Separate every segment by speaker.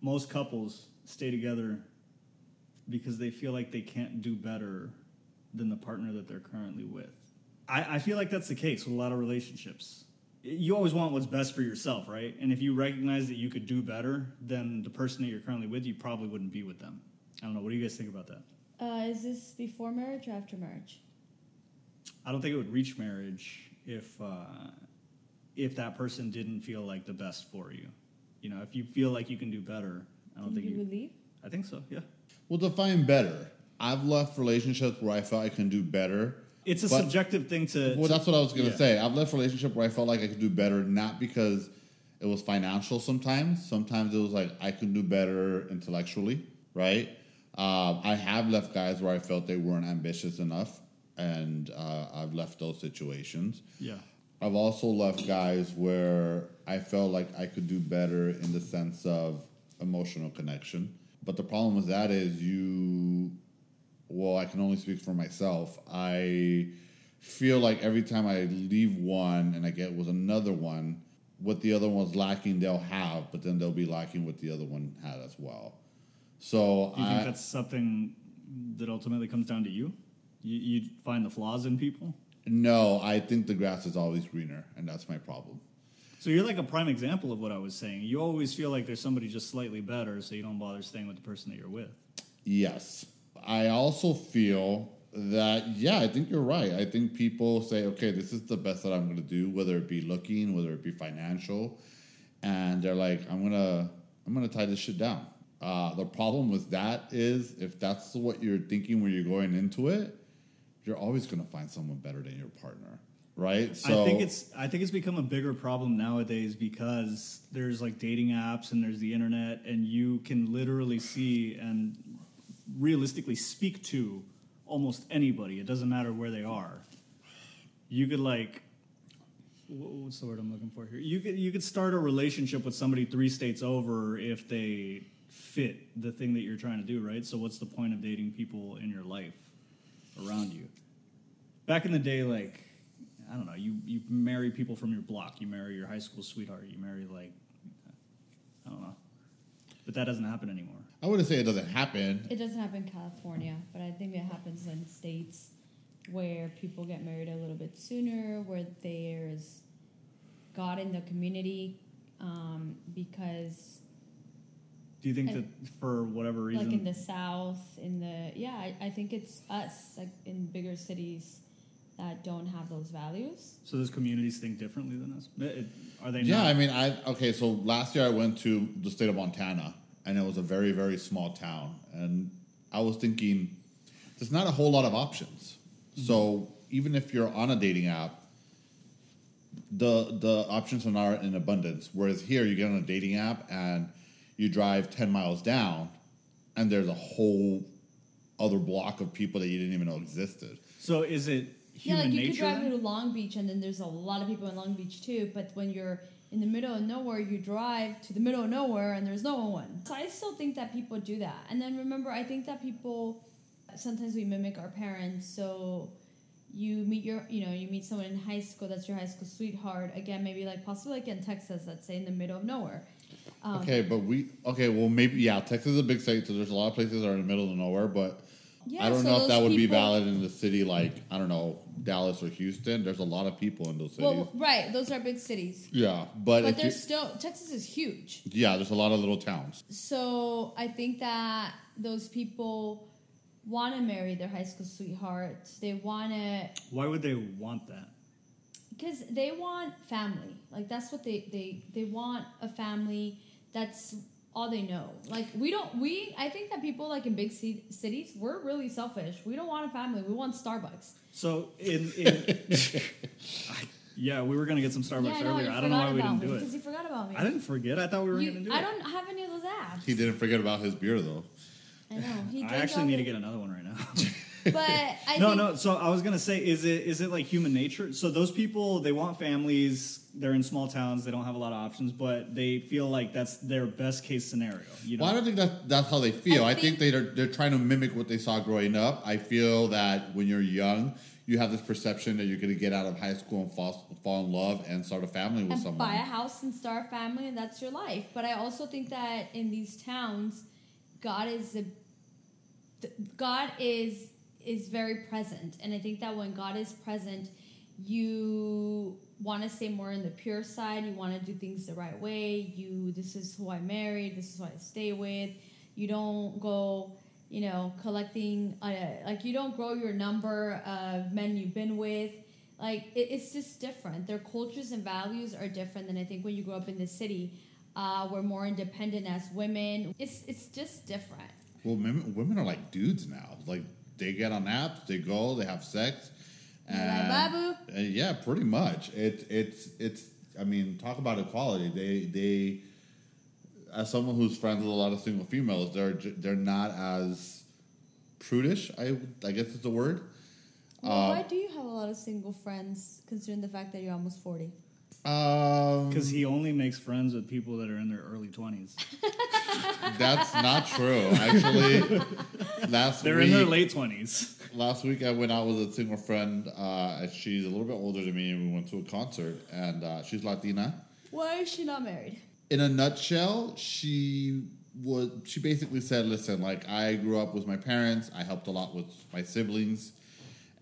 Speaker 1: most couples stay together because they feel like they can't do better than the partner that they're currently with. I, I feel like that's the case with a lot of relationships. You always want what's best for yourself, right? And if you recognize that you could do better, then the person that you're currently with, you probably wouldn't be with them. I don't know. What do you guys think about that?
Speaker 2: Uh, is this before marriage or after marriage?
Speaker 1: I don't think it would reach marriage if uh, if that person didn't feel like the best for you. You know, if you feel like you can do better, I don't
Speaker 2: Then
Speaker 1: think
Speaker 2: you
Speaker 1: you.
Speaker 2: would leave.
Speaker 1: I think so. Yeah,
Speaker 3: Well, define better. I've left relationships where I felt I can do better.
Speaker 1: it's a
Speaker 3: But-
Speaker 1: subjective thing to.
Speaker 3: Well,
Speaker 1: to-
Speaker 3: that's what I was gonna
Speaker 1: yeah.
Speaker 3: say. I've left relationship where I felt like I could do better, not because it was financial. Sometimes, sometimes it was like I can do better intellectually, right? Um, I have left guys where I felt they weren't ambitious enough, and uh, I've left those situations.
Speaker 1: Yeah,
Speaker 3: I've also left guys where I felt like I could do better in the sense of emotional connection. But the problem with that is you, well, I can only speak for myself. I feel like every time I leave one and I get with another one, what the other one's lacking, they'll have, but then they'll be lacking what the other one had as well. So
Speaker 1: do you think
Speaker 3: I,
Speaker 1: that's something that ultimately comes down to you? You you find the flaws in people.
Speaker 3: no, I think the grass is always greener, and that's my problem.
Speaker 1: So you're like a prime example of what I was saying. You always feel like there's somebody just slightly better, so you don't bother staying with the person that you're with.
Speaker 3: Yes. I also feel that, yeah, I think you're right. I think people say, okay, this is the best that I'm going to do, whether it be looking, whether it be financial. And they're like, I'm going to, I'm going to tie this shit down. Uh, the problem with that is if that's what you're thinking when you're going into it, you're always going to find someone better than your partner. Right.
Speaker 1: I think it's I think it's become a bigger problem nowadays because there's like dating apps and there's the internet and you can literally see and realistically speak to almost anybody. It doesn't matter where they are. You could like wh- what's the word I'm looking for here? You could you could start a relationship with somebody three states over if they fit the thing that you're trying to do, right? So what's the point of dating people in your life around you? back in the day, like I don't know, you you marry people from your block, you marry your high school sweetheart, you marry like I don't know, but that doesn't happen anymore.
Speaker 3: I wouldn't say it doesn't happen.
Speaker 2: It doesn't happen in California, but I think it happens in states where people get married a little bit sooner, where there's God in the community, um, because
Speaker 1: Do you think
Speaker 2: And-
Speaker 1: that for whatever reason,
Speaker 2: like in the South, in the yeah, I, I think it's us like in bigger cities that don't have those values.
Speaker 1: so those communities think differently than us? It- it- are they?
Speaker 3: Yeah,
Speaker 1: not?
Speaker 3: I mean, I okay. So last year I went to the state of Montana, and it was a very, very small town, and I was thinking, there's not a whole lot of options. So even if you're on a dating app, the the options are not in abundance. Whereas here, you get on a dating app and you drive ten miles down, and there's a whole other block of people that you didn't even know existed.
Speaker 1: so is it human
Speaker 2: yeah, like you could
Speaker 1: nature?
Speaker 2: drive
Speaker 1: then?
Speaker 2: to Long Beach, and then there's a lot of people in Long Beach too. But when you're in the middle of nowhere, you drive to the middle of nowhere, and there's no one. So I still think that people do that. And then remember, I think that people sometimes we mimic our parents. So you meet your, you know, you meet someone in high school that's your high school sweetheart. Again, maybe like possibly like in Texas, let's say in the middle of nowhere. Um,
Speaker 3: Okay, but we okay. Well, maybe yeah. Texas is a big state, so there's a lot of places that are in the middle of nowhere, but.
Speaker 2: Yeah,
Speaker 3: I don't
Speaker 2: so
Speaker 3: know if
Speaker 2: those
Speaker 3: that would be
Speaker 2: people-
Speaker 3: valid in the city like I don't know Dallas or Houston. There's a lot of people in those cities.
Speaker 2: Well, right, those are big cities.
Speaker 3: yeah,
Speaker 2: But
Speaker 3: but, if you,
Speaker 2: there's still Texas is huge.
Speaker 3: yeah, there's a lot of little towns.
Speaker 2: So I think that those people want to marry their high school sweetheart. They want to,
Speaker 1: Why would they want that?
Speaker 2: because they want family. Like that's what they they they want a family. That's all they know. Like we don't we. I think that people like in big ci- cities we're really selfish. We don't want a family. We want Starbucks.
Speaker 1: So in, in yeah, we were gonna get some Starbucks
Speaker 2: yeah, I know.
Speaker 1: earlier.
Speaker 2: You
Speaker 1: I
Speaker 2: forgot
Speaker 1: don't know why we didn't
Speaker 2: about me
Speaker 1: do
Speaker 2: because
Speaker 1: it.
Speaker 2: you forgot about me.
Speaker 1: I didn't forget. I thought we were
Speaker 2: You-
Speaker 1: gonna do
Speaker 2: I
Speaker 1: it.
Speaker 2: don't have any of those apps.
Speaker 3: He didn't forget about his beer though.
Speaker 2: I know. He
Speaker 1: I
Speaker 2: drank
Speaker 1: actually
Speaker 2: all
Speaker 1: need
Speaker 2: the-
Speaker 1: to get another one right now.
Speaker 2: But I
Speaker 1: no,
Speaker 2: think,
Speaker 1: no. So I was gonna say, is it is it like human nature? So those people, they want families. They're in small towns. They don't have a lot of options, but they feel like that's their best case scenario. You know,
Speaker 3: Well, I don't think that that's how they feel.
Speaker 2: I
Speaker 3: I think,
Speaker 2: think-
Speaker 3: they're they're trying to mimic what they saw growing up. I feel that when you're young, you have this perception that you're going to get out of high school and fall, fall in love and start a family with
Speaker 2: and
Speaker 3: someone.
Speaker 2: buy a house and start a family and that's your life but i also think that in these towns god is a th- god is is very present and i think that when god is present you want to stay more in the pure side you want to do things the right way you this is who i married this is who i stay with you don't go you know collecting uh, like you don't grow your number of men you've been with like it, it's just different their cultures and values are different than i think when you grow up in the city uh, we're more independent as women it's it's just different
Speaker 3: Well, women, women are like dudes now. Like they get on apps, they go, they have sex.
Speaker 2: Bye,
Speaker 3: And,
Speaker 2: babu.
Speaker 3: uh, yeah, pretty much. It's it's it's. I mean, talk about equality. They they. As someone who's friends with a lot of single females, they're ju- they're not as prudish. I I guess is the word.
Speaker 2: well,
Speaker 1: Um,
Speaker 2: why do you have a lot of single friends considering the fact that you're almost 40
Speaker 3: Um,
Speaker 1: Because he only makes friends with people that are in their early 20s.
Speaker 3: that's not true. Actually, last
Speaker 1: They're
Speaker 3: week,
Speaker 1: in their late 20s.
Speaker 3: last week I went out with a single friend. Uh, and she's a little bit older than me, and we went to a concert. And uh, she's Latina.
Speaker 2: why is she not married
Speaker 3: In a nutshell, she was. She basically said, "Listen, like I grew up with my parents. I helped a lot with my siblings,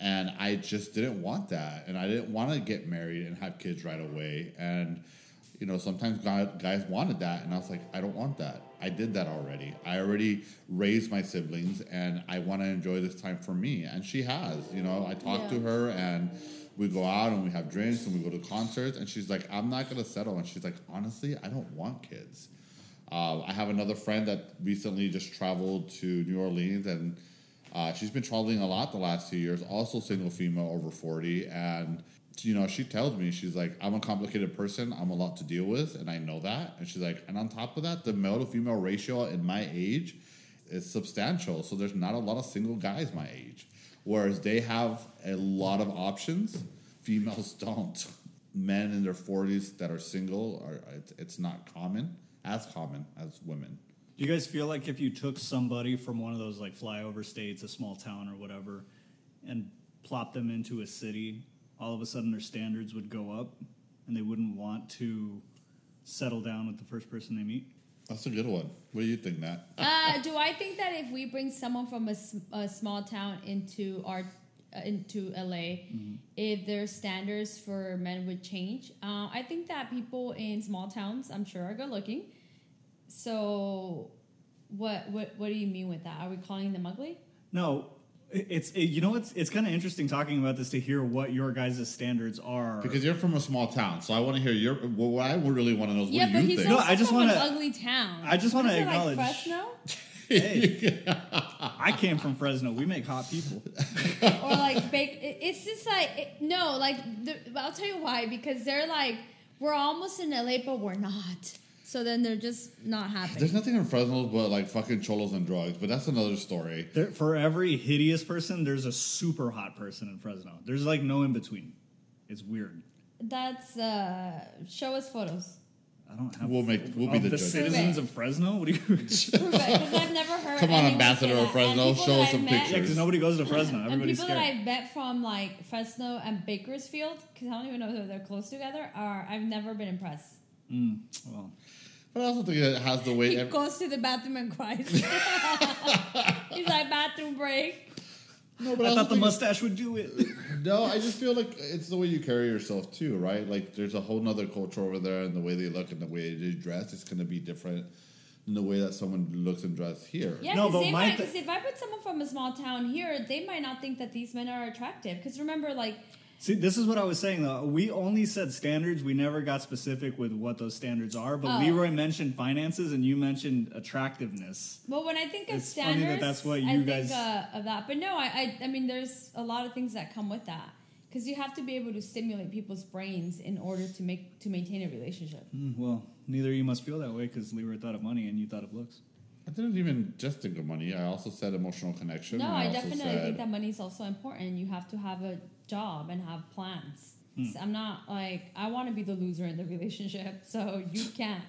Speaker 3: and I just didn't want that. And I didn't want to get married and have kids right away. And you know, sometimes guy- guys wanted that, and I was like, I don't want that. I did that already. I already raised my siblings, and I want to enjoy this time for me. And she has. You know, I talked to
Speaker 2: Yeah.
Speaker 3: her her and we go out and we have drinks and we go to concerts and she's like i'm not gonna settle and she's like honestly i don't want kids um, i have another friend that recently just traveled to new orleans and uh, she's been traveling a lot the last two years also single female over 40 and you know she tells me she's like i'm a complicated person i'm a lot to deal with and i know that and she's like and on top of that the male to female ratio in my age is substantial. So there's not a lot of single guys my age. Whereas they have a lot of options, females don't. Men in their 40s that are single are it's, it's not common, as common as women.
Speaker 1: Do you guys feel like if you took somebody from one of those like flyover states, a small town or whatever, and plopped them into a city, all of a sudden their standards would go up and they wouldn't want to settle down with the first person they meet?
Speaker 3: That's a good one. What do you think, Matt?
Speaker 2: uh, do i think that if we bring someone from a, s- a small town into our uh, into la
Speaker 1: Mm-hmm.
Speaker 2: if their standards for men would change uh, i think that people in small towns i'm sure are good looking so what what what do you mean with that are we calling them ugly
Speaker 1: No, i- it's it, you know it's it's kind of interesting talking about this to hear what your guys' standards are.
Speaker 3: Because you're from a small town, so I want to hear your. Well, what I would really want to know is
Speaker 2: yeah,
Speaker 3: what
Speaker 2: but
Speaker 3: do you
Speaker 2: he's
Speaker 3: think.
Speaker 1: No,
Speaker 2: also
Speaker 1: I just
Speaker 2: from
Speaker 1: wanna-
Speaker 2: an ugly town.
Speaker 1: I just wanna
Speaker 2: Isn't it
Speaker 1: acknowledge-
Speaker 2: Like Fresno
Speaker 1: hey, I came from Fresno. We make hot people.
Speaker 2: or like bake. it- It's just like it, no, like the, I'll tell you why because they're like we're almost in LA, but we're not. So then they're just not happy.
Speaker 3: There's nothing in Fresno but like fucking cholos and drugs, but that's another story.
Speaker 1: There, for every hideous person, there's a super hot person in Fresno. There's like no in between. It's weird.
Speaker 2: That's uh, show us photos.
Speaker 1: I don't have.
Speaker 3: We'll make- we'll be
Speaker 1: of
Speaker 3: the
Speaker 1: the
Speaker 3: judges.
Speaker 1: citizens of Fresno. What do you? yeah,
Speaker 2: Prove it because I've never heard.
Speaker 3: Come on,
Speaker 2: anyone
Speaker 3: Ambassador
Speaker 2: say
Speaker 3: of
Speaker 2: that.
Speaker 3: Fresno,
Speaker 2: And people
Speaker 3: show
Speaker 2: that
Speaker 3: us
Speaker 2: I've
Speaker 3: some
Speaker 2: met-
Speaker 3: pictures.
Speaker 1: because nobody goes to Fresno.
Speaker 2: And
Speaker 1: Everybody's
Speaker 2: people
Speaker 1: scared.
Speaker 2: that I've met from like Fresno and Bakersfield, because I don't even know if they're close together, are I've never been impressed.
Speaker 1: well,
Speaker 3: But I also think it has the
Speaker 2: He
Speaker 3: way.
Speaker 2: goes to the bathroom and cries. He's like bathroom break.
Speaker 3: No, but
Speaker 1: I
Speaker 3: also
Speaker 1: thought the
Speaker 3: think-
Speaker 1: mustache would do it.
Speaker 3: No, I just feel like it's the way you carry yourself too, right? Like there's a whole nother culture over there, and the way they look and the way they dress is going to be different than the way that someone looks and dresses here.
Speaker 2: Yeah,
Speaker 1: No, but
Speaker 2: because they
Speaker 1: my
Speaker 2: might.
Speaker 1: th-
Speaker 2: Because if I put someone from a small town here, they might not think that these men are attractive. Because remember, like
Speaker 1: See, this is what I was saying though. We only said standards. We never got specific with what those standards are. But
Speaker 2: Oh.
Speaker 1: Leroy mentioned finances, and you mentioned attractiveness.
Speaker 2: Well, when I think of
Speaker 1: It's funny that
Speaker 2: standards,
Speaker 1: that's what
Speaker 2: I
Speaker 1: you
Speaker 2: think
Speaker 1: guys-
Speaker 2: uh, of that. But no, I, I, I mean, there's a lot of things that come with that because you have to be able to stimulate people's brains in order to make to maintain a relationship.
Speaker 1: Mm, Well, neither of you must feel that way because Leroy thought of money and you thought of looks.
Speaker 3: I didn't even just think of money. I also said emotional connection.
Speaker 2: No,
Speaker 3: and
Speaker 2: I
Speaker 3: also
Speaker 2: definitely
Speaker 3: said-
Speaker 2: think that money is also important. You have to have a job and have plans.
Speaker 1: Hmm.
Speaker 2: So I'm not like I want to be the loser in the relationship, so you can't.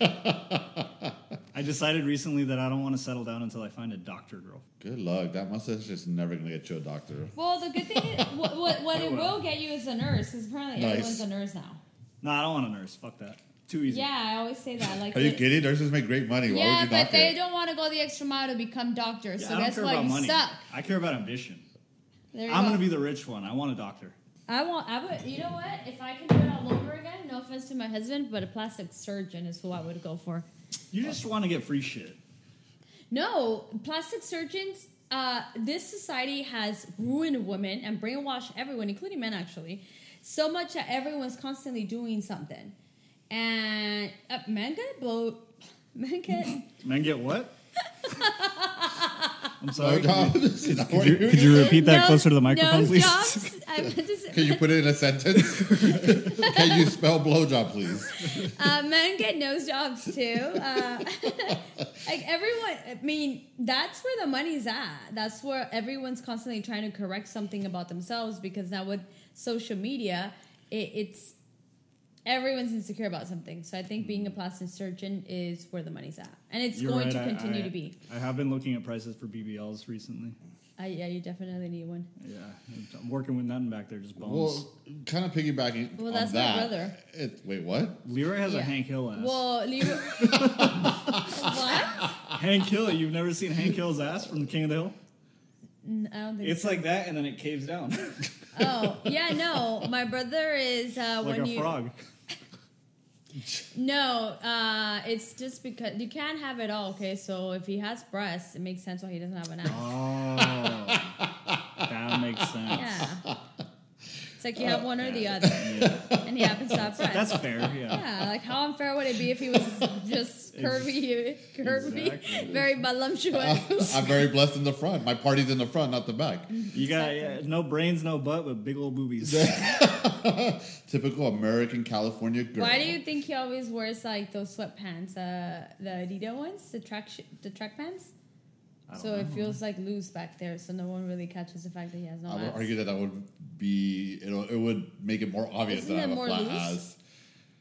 Speaker 1: I decided recently that I don't want to settle down until I find a doctor girl.
Speaker 3: Good luck. That mustache is never gonna get you a doctor.
Speaker 2: Well, the good thing is, what, what, what
Speaker 1: I
Speaker 2: it
Speaker 1: will.
Speaker 2: will get you is a nurse, because apparently
Speaker 3: Nice.
Speaker 2: everyone's a nurse now.
Speaker 1: No, I don't want a nurse. Fuck that. Too easy.
Speaker 2: Yeah, I always say that. Like,
Speaker 3: Are you
Speaker 2: they-
Speaker 3: kidding? Nurses make great money. Why
Speaker 2: Yeah,
Speaker 3: would you
Speaker 2: but
Speaker 3: not
Speaker 2: they
Speaker 3: get?
Speaker 2: don't want to go the extra mile to become doctors.
Speaker 1: Yeah,
Speaker 2: so
Speaker 1: I don't
Speaker 2: guess
Speaker 1: care
Speaker 2: what?
Speaker 1: about
Speaker 2: You
Speaker 1: money.
Speaker 2: suck.
Speaker 1: I care about ambition.
Speaker 2: There you
Speaker 1: I'm
Speaker 2: go.
Speaker 1: gonna be the rich one. I want a doctor.
Speaker 2: I want. I would. You know what? If I could do it all over again, no offense to my husband, but a plastic surgeon is who I would go for.
Speaker 1: You just want to get free shit.
Speaker 2: No, plastic surgeons. Uh, this society has ruined women and brainwashed everyone, including men, actually, so much that everyone's constantly doing something. And uh, men get blow. Men get.
Speaker 1: Men get what? I'm
Speaker 3: Oh,
Speaker 1: sorry.
Speaker 3: God, this is
Speaker 1: Could you, could you repeat that
Speaker 2: No-
Speaker 1: closer to the microphone,
Speaker 2: no
Speaker 1: please?
Speaker 2: Jobs. I meant to say-
Speaker 3: Can you put it in a sentence? Can you spell blowjob, please?
Speaker 2: uh, men get nose jobs too. Uh, like everyone, I mean, that's where the money's at. That's where everyone's constantly trying to correct something about themselves because now with social media, it, it's everyone's insecure about something. So I think being a plastic surgeon is where the money's at, and it's
Speaker 1: Mm. You're
Speaker 2: going
Speaker 1: right,
Speaker 2: to
Speaker 1: I-
Speaker 2: continue
Speaker 1: I-
Speaker 2: to be.
Speaker 1: I have been looking at prices for BBLs recently.
Speaker 2: Uh, yeah, you definitely need one.
Speaker 1: Yeah, I'm working with nothing back there, just bones.
Speaker 3: Well, kind of piggybacking
Speaker 2: Well,
Speaker 3: on
Speaker 2: that's my
Speaker 3: that.
Speaker 2: brother.
Speaker 3: It, wait, what?
Speaker 1: Leroy has
Speaker 2: yeah.
Speaker 1: a Hank Hill ass.
Speaker 2: Well, Leroy. what?
Speaker 1: Hank Hill, you've never seen Hank Hill's ass from the King of the Hill?
Speaker 2: N- I don't think
Speaker 1: It's
Speaker 2: so.
Speaker 1: like that, and then it caves down
Speaker 2: oh yeah no my brother is uh,
Speaker 1: like
Speaker 2: when
Speaker 1: a
Speaker 2: you
Speaker 1: frog.
Speaker 2: No, uh, it's just because you can't have it all. Okay, so if he has breasts, it makes sense why he doesn't have an ass.
Speaker 1: Oh, that makes sense.
Speaker 2: Yeah, it's like you have one or the other, and he happens to have breasts.
Speaker 1: That's fair. Yeah.
Speaker 2: yeah, like how unfair would it be if he was just curvy, curvy,
Speaker 1: Exactly.
Speaker 2: very voluptuous?
Speaker 3: I'm very blessed in the front. My party's in the front, not the back.
Speaker 1: You got yeah, no brains, no butt, but big old boobies.
Speaker 3: Typical American California girl.
Speaker 2: Why do you think he always wears like those sweatpants, uh, the Adidas ones, the track, sh- the track pants?
Speaker 1: I don't
Speaker 2: So it feels like loose back there, so no one really catches the fact that he has no
Speaker 1: Uh,
Speaker 3: I would
Speaker 2: ass.
Speaker 3: argue that that would be it'll, it would make it more obvious
Speaker 2: Isn't
Speaker 3: that I have
Speaker 2: it
Speaker 3: a
Speaker 2: more
Speaker 3: flat
Speaker 2: loose?
Speaker 3: ass.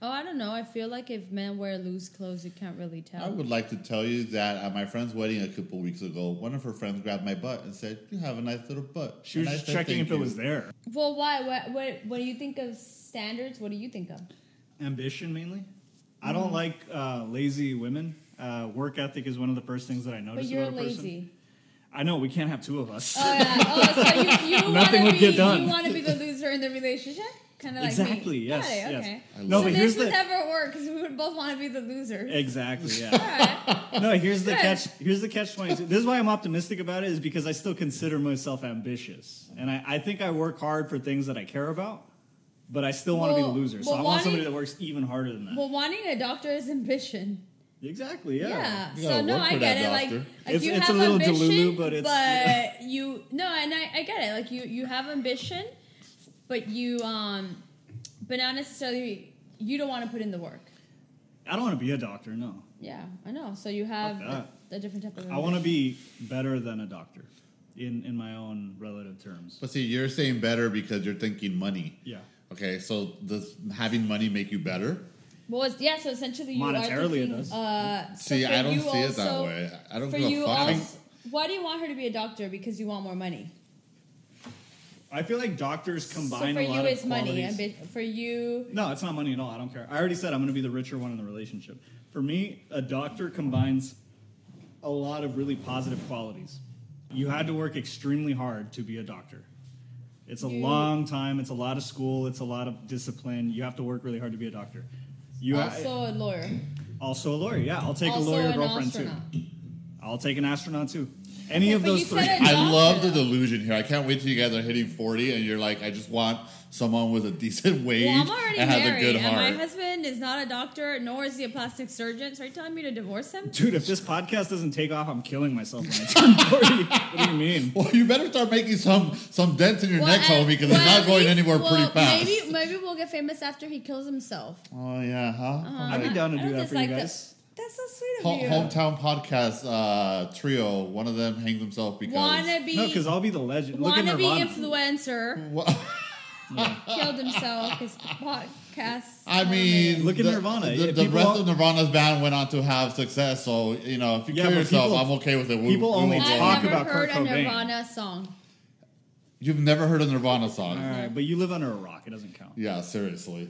Speaker 2: Oh, I don't know. I feel like if men wear loose clothes, you can't really tell.
Speaker 3: I would like to tell you that at my friend's wedding a couple weeks ago, one of her friends grabbed my butt and said, "You have a nice little butt."
Speaker 1: She was
Speaker 3: And I
Speaker 1: just
Speaker 3: said,
Speaker 1: checking
Speaker 3: "Thank
Speaker 1: if it
Speaker 3: you."
Speaker 1: was there.
Speaker 2: Well, why? What, what? What do you think of standards? What do you think of?
Speaker 1: Ambition mainly. I don't
Speaker 2: Mm-hmm.
Speaker 1: like uh, lazy women. Uh, work ethic is one of the first things that I
Speaker 2: But
Speaker 1: notice
Speaker 2: you're
Speaker 1: about a person.
Speaker 2: lazy.
Speaker 1: I know we can't have two of us.
Speaker 2: Oh, yeah. oh, so you, you
Speaker 1: Nothing
Speaker 2: wanna
Speaker 1: would
Speaker 2: be,
Speaker 1: get done.
Speaker 2: You want to be the loser in the relationship, kind of like
Speaker 1: exactly.
Speaker 2: Me.
Speaker 1: Yes.
Speaker 2: Got it,
Speaker 1: yes.
Speaker 2: Okay.
Speaker 1: No,
Speaker 3: I
Speaker 2: so
Speaker 3: love
Speaker 1: but
Speaker 2: this
Speaker 1: here's
Speaker 2: would
Speaker 1: the Eh.
Speaker 2: never work because we would both want to be the losers.
Speaker 1: exactly. Yeah.
Speaker 2: All right.
Speaker 1: No, here's the
Speaker 2: Good.
Speaker 1: catch. Here's the catch twenty two. This is why I'm optimistic about it, is because I still consider myself ambitious, and I, I think I work hard for things that I care about, but I still want to
Speaker 2: Well-
Speaker 1: be the loser. So
Speaker 2: well,
Speaker 1: I
Speaker 2: why
Speaker 1: want
Speaker 2: do
Speaker 1: somebody
Speaker 2: you-
Speaker 1: that works even harder than that.
Speaker 2: Well, wanting a doctor is ambition.
Speaker 1: exactly. Yeah.
Speaker 2: Yeah.
Speaker 3: You
Speaker 2: So
Speaker 3: gotta
Speaker 2: no,
Speaker 3: work
Speaker 2: I
Speaker 3: for
Speaker 2: get
Speaker 3: that
Speaker 2: it. Like,
Speaker 3: doctor.
Speaker 2: like
Speaker 1: It's-
Speaker 2: you
Speaker 1: it's a
Speaker 2: have
Speaker 1: little
Speaker 2: ambition,
Speaker 1: delulu, but it's-
Speaker 2: but you no, and I, I get it. Like you you have ambition, but you um, but not necessarily you don't want to put in the work.
Speaker 1: I don't want to be a doctor. No,
Speaker 2: Yeah, I know. So you have a,
Speaker 1: Fuck
Speaker 2: a different type of.
Speaker 1: I want to
Speaker 2: ambition.
Speaker 1: be better than a doctor, in in my own relative terms.
Speaker 3: But see, you're saying better because you're thinking money.
Speaker 1: Yeah.
Speaker 3: Okay, so does having money make you better?
Speaker 2: Well, it's, yeah. So essentially, you are
Speaker 1: Monetarily, it does.
Speaker 2: thinking, Uh, so
Speaker 3: See,
Speaker 2: for
Speaker 3: I don't
Speaker 2: you
Speaker 3: see
Speaker 2: also,
Speaker 3: it that way. I don't
Speaker 2: For
Speaker 3: give
Speaker 2: you,
Speaker 3: a fuck.
Speaker 2: also, why do you want her to be a doctor? Because you want more money.
Speaker 1: I feel like doctors combine
Speaker 2: so for
Speaker 1: a lot
Speaker 2: you,
Speaker 1: of
Speaker 2: it's money.
Speaker 1: qualities.
Speaker 2: ambi- For you,
Speaker 1: No, it's not money at all. I don't care. I already said I'm going to be the richer one in the relationship. For me, a doctor combines a lot of really positive qualities. You had to work extremely hard to be a doctor. It's a
Speaker 2: You-
Speaker 1: long time. It's a lot of school. It's a lot of discipline. You have to work really hard to be a doctor. You also,
Speaker 2: also a lawyer.
Speaker 1: also a lawyer. Yeah, I'll take a
Speaker 2: also
Speaker 1: lawyer
Speaker 2: an
Speaker 1: girlfriend
Speaker 2: astronaut.
Speaker 1: too. I'll take an astronaut too. Any of
Speaker 2: but
Speaker 1: those
Speaker 2: you
Speaker 1: three.
Speaker 2: said a
Speaker 3: I
Speaker 2: doctor,
Speaker 3: love the
Speaker 2: though.
Speaker 3: delusion here. I can't wait till you guys are hitting 40 and you're like, I just want someone with a decent wage
Speaker 2: Well, I'm already
Speaker 3: and has
Speaker 2: married,
Speaker 3: a good
Speaker 2: and my
Speaker 3: heart.
Speaker 2: husband is not a doctor, nor is he a plastic surgeon. So are you telling me to divorce him?
Speaker 1: Dude, if this podcast doesn't take off, I'm killing myself when I turn 40. what do you mean?
Speaker 3: Well, you better start making some some dents in your neck,
Speaker 2: at-
Speaker 3: homie, because
Speaker 2: well,
Speaker 3: it's not
Speaker 2: at
Speaker 3: going
Speaker 2: least-
Speaker 3: anywhere
Speaker 2: well,
Speaker 3: pretty fast.
Speaker 2: Maybe, maybe we'll get famous after he kills himself. Um,
Speaker 3: Oh yeah,
Speaker 2: Uh-huh.
Speaker 3: huh?
Speaker 1: I'd be down to
Speaker 2: I
Speaker 1: do
Speaker 2: don't
Speaker 1: that for you
Speaker 2: dislike
Speaker 1: guys.
Speaker 2: That's so sweet
Speaker 3: Ho-
Speaker 2: of you.
Speaker 3: hometown podcast uh, trio. One of them hangs himself because
Speaker 2: wanna be,
Speaker 1: No, because I'll be the legend. Look at
Speaker 2: wanna be
Speaker 1: Nirvana.
Speaker 2: influencer.
Speaker 3: Wha-
Speaker 2: killed himself. His podcast.
Speaker 3: I mean,
Speaker 1: Look at
Speaker 3: the-
Speaker 1: Nirvana.
Speaker 3: The,
Speaker 1: Yeah,
Speaker 3: the
Speaker 1: people
Speaker 3: rest
Speaker 1: al-
Speaker 3: of Nirvana's band went on to have success, so you know, if you
Speaker 1: Yeah,
Speaker 3: kill
Speaker 1: but
Speaker 3: yourself,
Speaker 1: people-
Speaker 3: I'm okay with it. We,
Speaker 1: people
Speaker 3: we
Speaker 1: only
Speaker 3: won't
Speaker 1: talk
Speaker 3: worry.
Speaker 2: I've never
Speaker 1: about
Speaker 2: heard
Speaker 1: Kurt
Speaker 2: a
Speaker 1: Cobain.
Speaker 2: Nirvana song.
Speaker 3: You've never heard a Nirvana song,
Speaker 1: All right, but you live under a rock. It doesn't count.
Speaker 3: yeah? Seriously,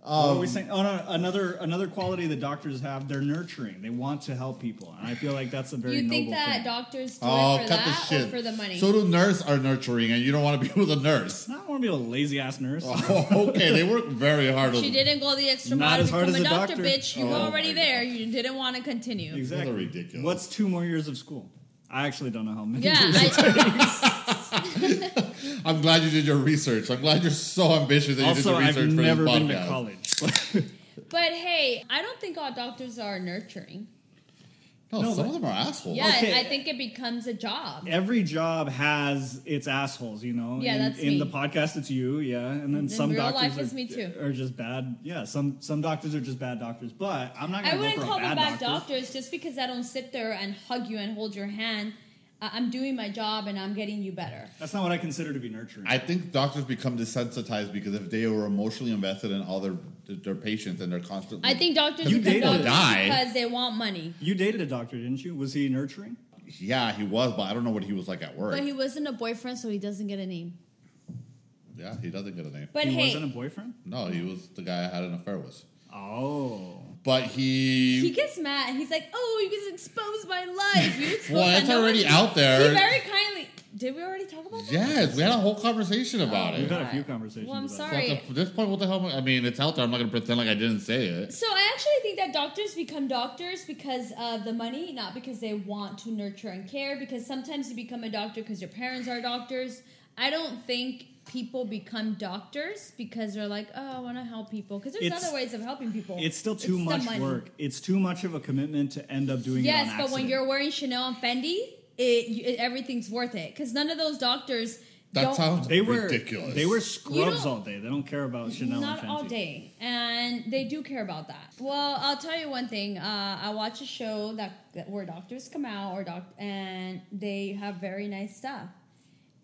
Speaker 1: what are we saying? Oh, no, another another quality that doctors have. They're nurturing. They want to help people, and I feel like that's a very
Speaker 2: you think
Speaker 1: noble
Speaker 2: that
Speaker 1: thing.
Speaker 2: doctors do
Speaker 3: oh,
Speaker 2: it for
Speaker 3: cut the
Speaker 2: that or
Speaker 3: shit.
Speaker 2: for the money?
Speaker 3: So do nurse are nurturing, and you don't want to be with a nurse.
Speaker 1: I don't want to be a lazy ass nurse.
Speaker 3: Oh, okay, they work very hard.
Speaker 2: she didn't go the extra
Speaker 1: Not
Speaker 2: mile to
Speaker 1: as hard
Speaker 2: become a
Speaker 1: as a
Speaker 2: doctor,
Speaker 1: doctor.
Speaker 2: bitch. You
Speaker 3: Oh
Speaker 2: were
Speaker 3: my
Speaker 2: already
Speaker 3: God.
Speaker 2: there. You didn't want to continue.
Speaker 1: exactly.
Speaker 3: What a ridiculous-
Speaker 1: What's two more years of school? I actually don't know how many.
Speaker 2: Yeah, I,
Speaker 3: I'm glad you did your research. I'm glad you're so ambitious that
Speaker 1: Also,
Speaker 3: you did
Speaker 1: I've
Speaker 3: the research for
Speaker 1: never
Speaker 3: this podcast.
Speaker 1: been to college.
Speaker 2: but hey, I don't think all doctors are nurturing.
Speaker 3: No,
Speaker 1: No,
Speaker 3: some
Speaker 1: but-
Speaker 3: of them are assholes.
Speaker 2: Yeah,
Speaker 1: Okay.
Speaker 2: I think it becomes a job.
Speaker 1: Every job has its assholes, you know.
Speaker 2: Yeah,
Speaker 1: in,
Speaker 2: that's
Speaker 1: in
Speaker 2: me.
Speaker 1: the podcast. It's you, yeah, and then some
Speaker 2: real
Speaker 1: doctors
Speaker 2: life
Speaker 1: are,
Speaker 2: it's me too.
Speaker 1: are just bad. Yeah, some some doctors are just bad doctors. But I'm not. Gonna
Speaker 2: I
Speaker 1: go
Speaker 2: wouldn't
Speaker 1: for a
Speaker 2: call them
Speaker 1: bad
Speaker 2: bad
Speaker 1: doctor.
Speaker 2: doctors just because I don't sit there and hug you and hold your hand. I- I'm doing my job and I'm getting you better.
Speaker 1: That's not what I consider to be nurturing.
Speaker 3: I think doctors become desensitized because if they were emotionally invested in all their their patients and they're constantly,
Speaker 2: I think doctors
Speaker 1: You
Speaker 2: become
Speaker 1: dated a
Speaker 2: doctors
Speaker 3: guy.
Speaker 2: because they want money.
Speaker 1: you dated a doctor, didn't you? Was he nurturing?
Speaker 3: yeah, he was, but I don't know what he was like at work.
Speaker 2: But he wasn't a boyfriend, so he doesn't get a name.
Speaker 3: yeah, he doesn't get a name.
Speaker 2: But
Speaker 1: he
Speaker 2: hey,
Speaker 1: wasn't a boyfriend.
Speaker 3: No, he was the guy I had an affair with.
Speaker 1: Oh,
Speaker 3: But
Speaker 2: he
Speaker 3: he,
Speaker 2: gets mad. He's like, "Oh, you guys exposed my life. You exposed
Speaker 3: well,
Speaker 2: my
Speaker 3: it's
Speaker 2: no
Speaker 3: already
Speaker 2: one-
Speaker 3: out
Speaker 2: He
Speaker 3: there.
Speaker 2: very kindly. Did we already talk about that?
Speaker 3: yes, we had a whole conversation about
Speaker 2: Oh,
Speaker 1: we've
Speaker 3: it.
Speaker 1: had a few
Speaker 2: God.
Speaker 1: conversations.
Speaker 2: Well, I'm
Speaker 1: about this.
Speaker 2: sorry.
Speaker 3: So at the- this point, what the hell? am I I mean, it's out there. I'm not going to pretend like I didn't say it.
Speaker 2: So I actually think that doctors become doctors because of the money, not because they want to nurture and care. Because sometimes you become a doctor because your parents are doctors. I don't think people become doctors because they're like, oh, I want to help people. Because there's
Speaker 1: It's-
Speaker 2: other ways of helping people.
Speaker 1: It's still too
Speaker 2: the
Speaker 1: much
Speaker 2: money.
Speaker 1: work. It's too much of a commitment to end up doing
Speaker 2: Yes,
Speaker 1: it on
Speaker 2: but when
Speaker 1: accident.
Speaker 2: you're wearing Chanel and Fendi, it, you- it everything's worth it. Because none of those doctors.
Speaker 3: That
Speaker 2: don't,
Speaker 3: sounds
Speaker 1: they were
Speaker 3: ridiculous.
Speaker 1: They were scrubs
Speaker 2: don't-
Speaker 1: all day. They don't care about Chanel
Speaker 2: Not
Speaker 1: and Fenty.
Speaker 2: all day, and they do care about that. Well, I'll tell you one thing. Uh, I watch a show that, that where doctors come out or doc, and they have very nice stuff,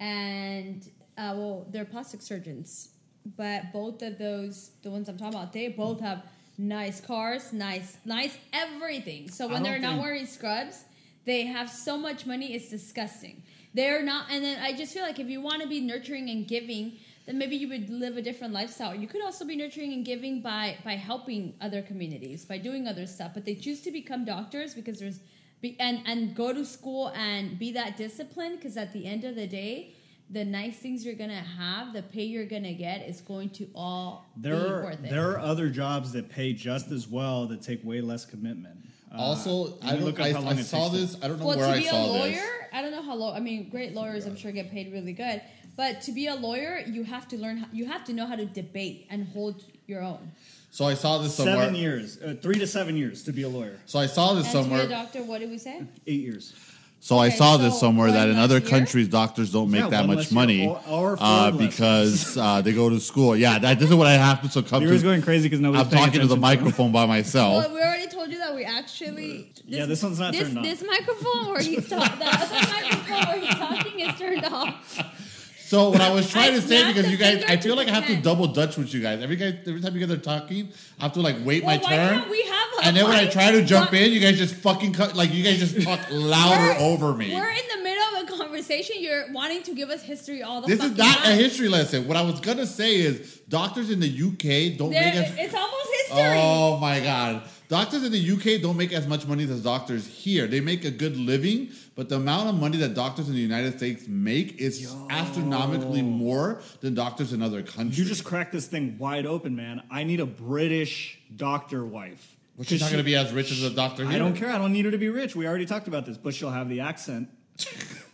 Speaker 2: and uh, well, they're plastic surgeons, but both of those, the ones I'm talking about, they both have nice cars, nice, nice everything. So
Speaker 1: I
Speaker 2: when they're
Speaker 1: don't
Speaker 2: not
Speaker 1: think-
Speaker 2: wearing scrubs, they have so much money. It's disgusting. They're not, and then I just feel like if you want to be nurturing and giving, then maybe you would live a different lifestyle. You could also be nurturing and giving by by helping other communities, by doing other stuff. But they choose to become doctors because there's be, and and go to school and be that disciplined because at the end of the day. The nice things you're gonna have, the pay you're gonna get, is going to all
Speaker 1: There
Speaker 2: be
Speaker 1: are,
Speaker 2: worth it.
Speaker 1: there are other jobs that pay just as well that take way less commitment. Uh,
Speaker 3: also,
Speaker 1: you
Speaker 3: I don't.
Speaker 1: look up
Speaker 3: I,
Speaker 1: how long
Speaker 3: I
Speaker 1: it
Speaker 3: saw
Speaker 1: takes to-
Speaker 3: this. I don't know
Speaker 2: well,
Speaker 3: where
Speaker 2: to
Speaker 3: I
Speaker 2: be a
Speaker 3: saw
Speaker 2: lawyer,
Speaker 3: this.
Speaker 2: I don't know how low. I mean, great lawyers, I'm sure, get paid really good. But to be a lawyer, you have to learn. How, you have to know how to debate and hold your own.
Speaker 3: So I saw this somewhere.
Speaker 1: Seven years, uh, three to seven years to be a lawyer.
Speaker 3: So I saw this
Speaker 2: And
Speaker 3: somewhere.
Speaker 2: to be a doctor, what did we say?
Speaker 1: Eight years.
Speaker 3: So I
Speaker 2: Okay,
Speaker 3: saw this
Speaker 2: so
Speaker 3: somewhere that
Speaker 2: one
Speaker 3: in
Speaker 2: less
Speaker 3: other
Speaker 2: year?
Speaker 3: countries doctors don't make
Speaker 1: Yeah,
Speaker 3: that
Speaker 1: one
Speaker 3: much
Speaker 1: less year
Speaker 3: money
Speaker 1: or- or four
Speaker 3: uh,
Speaker 1: less.
Speaker 3: because uh, they go to school. Yeah, that, this is what I have to succumb
Speaker 1: You were
Speaker 3: to.
Speaker 1: going crazy because nobody.
Speaker 3: I'm talking to the microphone by myself.
Speaker 2: Well, we already told you that we actually. This,
Speaker 1: Yeah, this one's not
Speaker 2: this,
Speaker 1: turned on.
Speaker 2: This microphone where he's talking, the other microphone where he's talking is turned off.
Speaker 3: So what I was trying
Speaker 2: I
Speaker 3: to say
Speaker 2: snapped
Speaker 3: because
Speaker 2: the
Speaker 3: you guys,
Speaker 2: finger
Speaker 3: I feel
Speaker 2: to
Speaker 3: like I have to
Speaker 2: pretend.
Speaker 3: double dutch with you guys. Every guys, every time you guys are talking, I have to like wait
Speaker 2: Well,
Speaker 3: my
Speaker 2: why
Speaker 3: turn.
Speaker 2: can't we have a
Speaker 3: and then when I
Speaker 2: mic?
Speaker 3: try to jump
Speaker 2: Why-
Speaker 3: in, you guys just fucking cut. Like you guys just talk louder
Speaker 2: We're-
Speaker 3: over me.
Speaker 2: We're in the middle of a conversation. You're wanting to give us history all the
Speaker 3: This is
Speaker 2: fucking
Speaker 3: not a
Speaker 2: time.
Speaker 3: history lesson. What I was gonna say is doctors in the UK don't
Speaker 2: There-
Speaker 3: make as
Speaker 2: It's almost history.
Speaker 3: Oh my god. Doctors in the UK don't make as much money as doctors here. They make a good living, but the amount of money that doctors in the United States make is astronomically more than doctors in other countries.
Speaker 1: You just cracked this thing wide open, man. I need a British doctor wife.
Speaker 3: But she's not going to be as rich as a doctor here.
Speaker 1: I don't care. I don't need her to be rich. We already talked about this, but she'll have the accent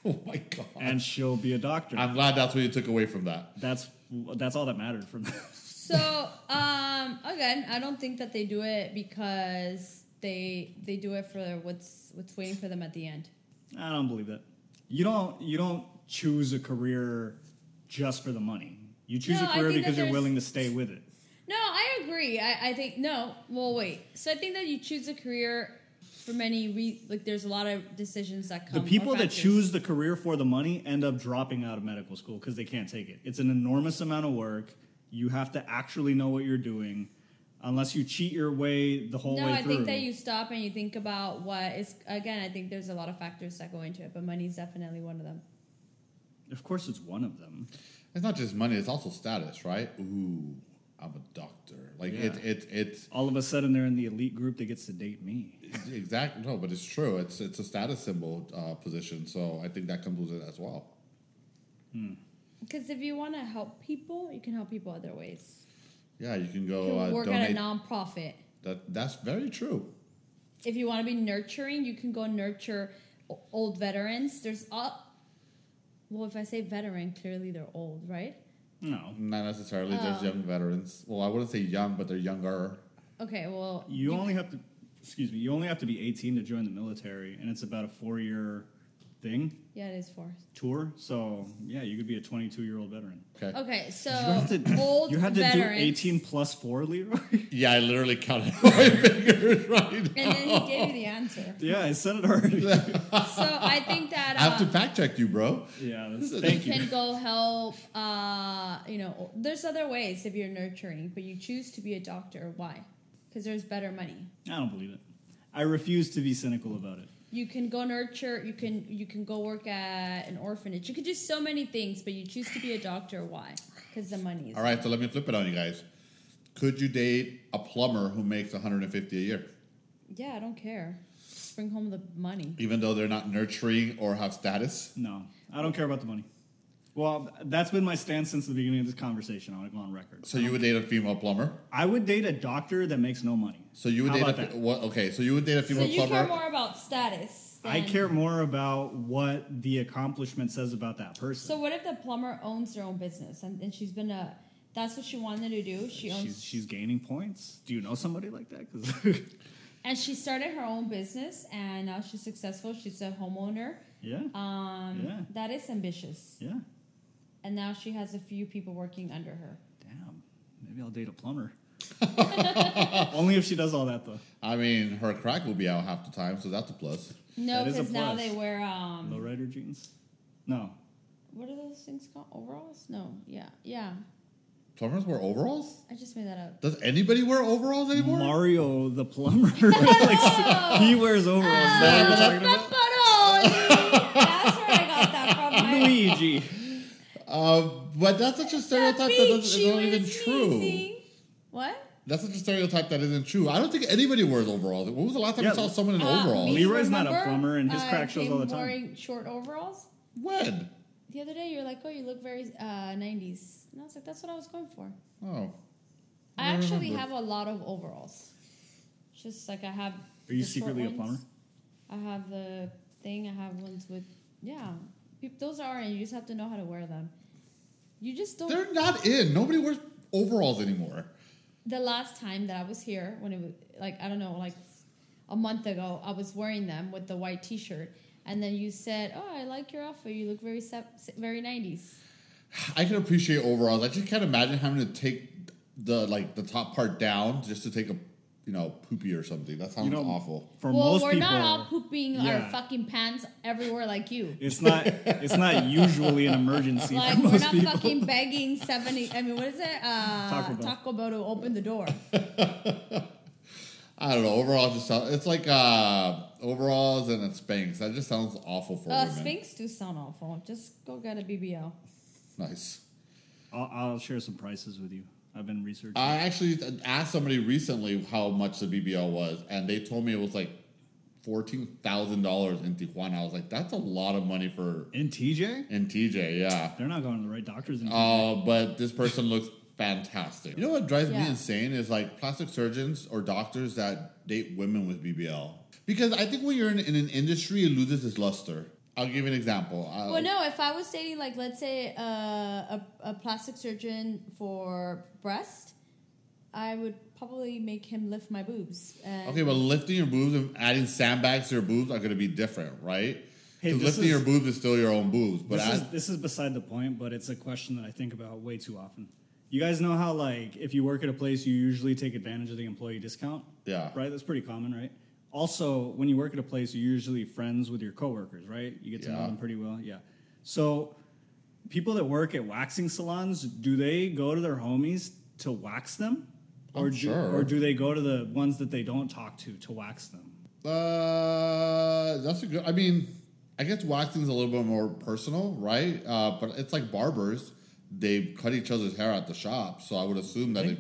Speaker 3: Oh my god.
Speaker 1: and she'll be a doctor.
Speaker 3: I'm glad that's what you took away from that.
Speaker 1: that's that's all that mattered from.
Speaker 2: So um, again, I don't think that they do it because they they do it for what's what's waiting for them at the end.
Speaker 1: I don't believe that. You don't you don't choose a career just for the money. You choose
Speaker 2: No,
Speaker 1: a
Speaker 2: I
Speaker 1: career
Speaker 2: think that
Speaker 1: because you're
Speaker 2: there's-
Speaker 1: willing to stay with it.
Speaker 2: No, I agree. I, I think no. Well, wait. So I think that you choose a career for many re- like there's a lot of decisions that
Speaker 1: The
Speaker 2: come. or
Speaker 1: people that
Speaker 2: factors.
Speaker 1: choose the career for the money end up dropping out of medical school because they can't take it. It's an enormous amount of work. You have to actually know what you're doing, unless you cheat your way the whole
Speaker 2: No,
Speaker 1: way
Speaker 2: I
Speaker 1: through.
Speaker 2: think that you stop and you think about what is again. I think there's a lot of factors that go into it, but money's definitely one of them.
Speaker 1: of course, it's one of them.
Speaker 3: It's not just money; it's also status, right? Ooh, I'm a doctor. Like it,
Speaker 1: Yeah.
Speaker 3: it, it's
Speaker 1: All of a sudden, they're in the elite group that gets to date me.
Speaker 3: exact no, but it's true. It's it's a status symbol uh, position, so I think that comes with it as well.
Speaker 2: Because if you want to help people, you can help people other ways.
Speaker 3: Yeah, you can
Speaker 2: You
Speaker 3: go
Speaker 1: Oh,
Speaker 2: can
Speaker 3: uh,
Speaker 2: work at a
Speaker 3: donate.
Speaker 2: nonprofit.
Speaker 3: that that's very true.
Speaker 2: If you want to be nurturing, you can go nurture o- old veterans. There's all. Well, if I say veteran, clearly they're old, right?
Speaker 1: No,
Speaker 3: Not necessarily.
Speaker 2: Oh.
Speaker 3: There's young veterans. Well, I wouldn't say young, but they're younger.
Speaker 2: Okay, well,
Speaker 1: you only have to. Excuse me. You only have to be 18 to join the military, and it's about a four-year thing
Speaker 2: yeah, it is four.
Speaker 1: tour. So yeah, you could be a 22-year-old veteran.
Speaker 3: Okay.
Speaker 2: Okay, so
Speaker 1: You have to,
Speaker 2: Uh, old
Speaker 1: you have to do
Speaker 2: veterans.
Speaker 1: 18 plus four, Leroy.
Speaker 3: Yeah, I literally counted my fingers right.
Speaker 2: And then he gave you the answer.
Speaker 1: yeah, I said it already.
Speaker 2: So I think that
Speaker 3: I have to
Speaker 2: uh,
Speaker 3: fact check you, bro.
Speaker 1: Yeah, that's, thank
Speaker 2: you
Speaker 1: you.
Speaker 2: can go help. Uh, you know, there's other ways if you're nurturing, but you choose to be a doctor. Why? Because there's better money.
Speaker 1: I don't believe it. I refuse to be cynical about it.
Speaker 2: You can go nurture. You can you can go work at an orphanage. You could do so many things, but you choose to be a doctor. Why? Because the money. Is
Speaker 3: All right, so let me flip it on you guys. Could you date a plumber who makes 150 a year,
Speaker 2: Yeah, I don't care. Just bring home the money.
Speaker 3: even though they're not nurturing or have status?
Speaker 1: No, I don't care about the money. Well, that's been my stance since the beginning of this conversation. I want to go on record.
Speaker 3: So you would date a female plumber.
Speaker 1: I would date a doctor that makes no money.
Speaker 3: So you would
Speaker 1: How
Speaker 3: date a
Speaker 1: about
Speaker 3: fe-
Speaker 1: that?
Speaker 3: what? Okay, so you would date a
Speaker 2: So
Speaker 3: female
Speaker 2: you
Speaker 3: plumber.
Speaker 2: care more about status.
Speaker 1: I
Speaker 2: than-
Speaker 1: care more about what the accomplishment says about that person.
Speaker 2: So what if the plumber owns her own business and, and she's been a that's what she wanted to do. She owns
Speaker 1: she's she's gaining points. Do you know somebody like that? 'Cause-
Speaker 2: and she started her own business and now she's successful. She's a homeowner.
Speaker 1: yeah,
Speaker 2: Um,
Speaker 1: Yeah.
Speaker 2: that is ambitious.
Speaker 1: yeah.
Speaker 2: And now she has a few people working under her.
Speaker 1: Damn, maybe I'll date a plumber. Only if she does all that though.
Speaker 3: I mean, her crack will be out half the time, so that's a plus.
Speaker 2: No,
Speaker 1: That is a
Speaker 2: because now
Speaker 1: plus.
Speaker 2: they wear um
Speaker 1: Lowrider jeans. No,
Speaker 2: what are those things called? Overalls? No, yeah, yeah.
Speaker 3: Plumbers wear overalls.
Speaker 2: I just made that up.
Speaker 3: Does anybody wear overalls anymore?
Speaker 1: Mario the plumber. like, he wears overalls. Is that what you're talking about?
Speaker 2: Pepperoni! That's where I got that from. My
Speaker 1: Luigi.
Speaker 3: Uh, but that's such a stereotype that
Speaker 2: beach,
Speaker 3: doesn't,
Speaker 2: she
Speaker 3: is not even
Speaker 2: was
Speaker 3: true.
Speaker 2: sneezing. What?
Speaker 3: That's such a stereotype that isn't true. I don't think anybody wears overalls. When was the last time
Speaker 1: Yeah.
Speaker 3: you saw someone in
Speaker 2: Uh,
Speaker 3: overalls?
Speaker 2: me,
Speaker 1: Leroy's not a
Speaker 2: remember,
Speaker 1: plumber and his
Speaker 2: uh,
Speaker 1: crack shows
Speaker 2: came
Speaker 1: all the time.
Speaker 2: Wearing short overalls.
Speaker 3: When?
Speaker 2: The other day, you're like, "Oh, you look very uh, '90s," and I was like, "That's what I was going for."
Speaker 3: Oh,
Speaker 2: I
Speaker 3: I
Speaker 2: actually
Speaker 3: remember.
Speaker 2: have a lot of overalls. Just like I have.
Speaker 1: Are you
Speaker 2: the short
Speaker 1: secretly a
Speaker 2: ones.
Speaker 1: plumber?
Speaker 2: I have the thing. I have ones with yeah. Peop- Those are, and you just have to know how to wear them. You just don't.
Speaker 3: they're not in. Nobody wears overalls anymore.
Speaker 2: the last time that I was here, when it was like I don't know, like a month ago, I was wearing them with the white T-shirt, and then you said, "Oh, I like your outfit. You look very sep- very '90s."
Speaker 3: I can appreciate overalls. I just can't imagine having to take the like the top part down just to take a you know poopy or something. That sounds
Speaker 1: You know,
Speaker 3: awful.
Speaker 1: For
Speaker 2: well,
Speaker 1: most
Speaker 2: we're
Speaker 1: people,
Speaker 2: not all pooping
Speaker 1: yeah.
Speaker 2: our fucking pants everywhere like you.
Speaker 1: it's not it's not usually an emergency
Speaker 2: Like
Speaker 1: for
Speaker 2: we're
Speaker 1: most
Speaker 2: not
Speaker 1: people.
Speaker 2: fucking begging seventy. I mean, what is it? Uh,
Speaker 1: Taco Bell.
Speaker 2: to open the door.
Speaker 3: I don't know. Overalls just sound, it's like uh overalls and then Spanx. That just sounds awful for
Speaker 2: Uh,
Speaker 3: women.
Speaker 2: Sphinx do sound awful. Just go get a BBL.
Speaker 3: Nice.
Speaker 1: I'll, I'll share some prices with you. I've been researching.
Speaker 3: I actually asked somebody recently how much the BBL was, and they told me it was like fourteen thousand dollars in Tijuana. I was like, that's a lot of money for
Speaker 1: in TJ,
Speaker 3: in TJ, yeah.
Speaker 1: they're not going to the right doctors. In TJ.
Speaker 3: Uh, but this person looks fantastic. You know what drives me
Speaker 2: Yeah.
Speaker 3: insane is like plastic surgeons or doctors that date women with BBL. Because I think when you're in, in an industry, it loses its luster. I'll give you an example. I,
Speaker 2: Well, no. If I was dating, like, let's say uh, a a plastic surgeon for breast, I would probably make him lift my boobs. And
Speaker 3: Okay, but lifting your boobs and adding sandbags to your boobs are going to be different, right?
Speaker 1: Hey,
Speaker 3: Because
Speaker 1: this
Speaker 3: lifting
Speaker 1: is-
Speaker 3: your boobs is still your own boobs, but
Speaker 1: this
Speaker 3: add-
Speaker 1: is this is beside the point, but it's a question that I think about way too often. You guys know how like if you work at a place, you usually take advantage of the employee discount.
Speaker 3: Yeah.
Speaker 1: Right. That's pretty common, right? also when you work at a place you're usually friends with your coworkers right you get to know
Speaker 3: Yeah.
Speaker 1: them pretty well yeah so people that work at waxing salons do they go to their homies to wax them
Speaker 3: I'm
Speaker 1: or do,
Speaker 3: sure.
Speaker 1: or do they go to the ones that they don't talk to to wax them
Speaker 3: Uh, that's a good. I mean, I guess waxing's a little bit more personal, right? Uh, but it's like barbers; they cut each other's hair at the shop. So I would assume that if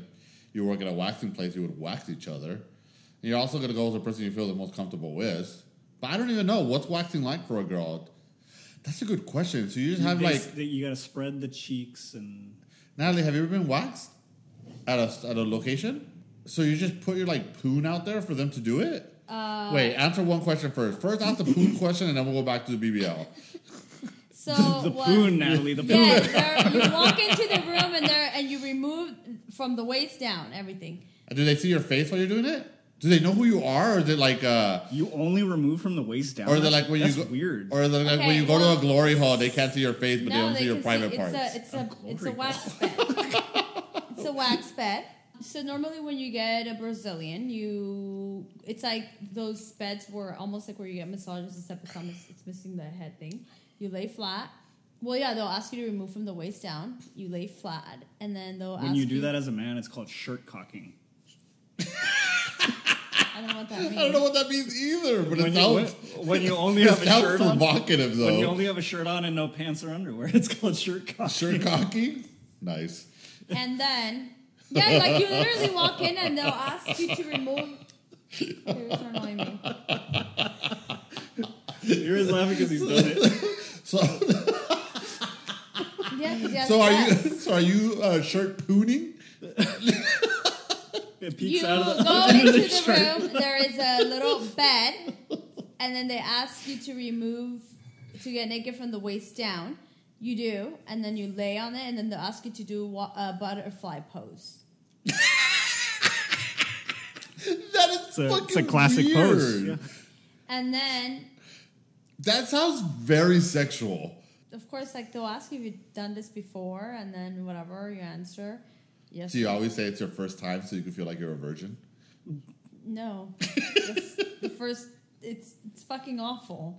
Speaker 3: you work at a waxing place, you would wax each other. And you're also gonna go with the person you feel the most comfortable with. But I don't even know what's waxing like for a girl. That's a good question. So you just have
Speaker 1: They
Speaker 3: like
Speaker 1: s- they- you got to spread the cheeks and
Speaker 3: Natalie, have you ever been waxed at a at a location? So you just put your like poon out there for them to do it? Uh, Wait, answer one question first. First, ask the poon question, and then we'll go back to the BBL.
Speaker 2: So
Speaker 1: the
Speaker 2: what-
Speaker 1: poon natalie the poon
Speaker 2: Yes, there- you walk into the room and there and you remove from the waist down everything.
Speaker 3: And do they see your face while you're doing it? Do they know who you are, or is it like uh,
Speaker 1: you only remove from the waist down
Speaker 3: or is it like when
Speaker 1: that's
Speaker 3: you go,
Speaker 1: weird
Speaker 3: or is it like when
Speaker 2: Okay,
Speaker 3: you go
Speaker 2: well-
Speaker 3: to a glory hall, they can't see your face, but they
Speaker 2: No,
Speaker 3: don't see your
Speaker 2: can
Speaker 3: private
Speaker 2: see,
Speaker 3: parts?
Speaker 2: It's a it's a, it's a
Speaker 1: glory
Speaker 2: wax bed. it's a wax bed. So normally when you get a Brazilian, you it's like those beds were almost like where you get massages except it's, on, it's missing the head thing. You lay flat. Well, yeah, they'll ask you to remove from the waist down. You lay flat, and then they'll
Speaker 1: when
Speaker 2: ask
Speaker 1: you do that as a man it's called shirt cocking
Speaker 2: I don't know what that means.
Speaker 3: I don't know what that means either, but
Speaker 1: when
Speaker 3: it
Speaker 1: you,
Speaker 3: sounds
Speaker 1: when- when you only
Speaker 3: it
Speaker 1: have a
Speaker 3: sounds
Speaker 1: shirt on
Speaker 3: provocative though.
Speaker 1: when you only have a shirt on and no pants or underwear it's called shirt cocking
Speaker 3: Shirt cocky, nice.
Speaker 2: and then yeah, like you literally walk in and they'll ask you to remove. You're annoying me.
Speaker 1: You're just laughing because he's done it.
Speaker 3: So.
Speaker 2: Yeah, 'cause yeah,
Speaker 3: So are you?
Speaker 2: yes.
Speaker 3: So are you uh, shirt pooning?
Speaker 1: It peeks
Speaker 2: You
Speaker 1: out of the,
Speaker 2: go
Speaker 1: under
Speaker 2: into
Speaker 1: the
Speaker 2: the
Speaker 1: shirt.
Speaker 2: room. There is a little bed, and then they ask you to remove to get naked from the waist down. You do, and then you lay on it, and then they'll ask you to do wa- a butterfly pose.
Speaker 3: That is
Speaker 1: It's a,
Speaker 3: fucking
Speaker 1: it's a classic
Speaker 3: weird.
Speaker 1: pose. Yeah.
Speaker 2: And then,
Speaker 3: That sounds very sexual.
Speaker 2: of course, like they'll ask you if you've done this before, and then whatever you answer, yes,
Speaker 3: Do you always say it's your first time so you can feel like you're a virgin?
Speaker 2: no. It's the first, it's it's fucking awful.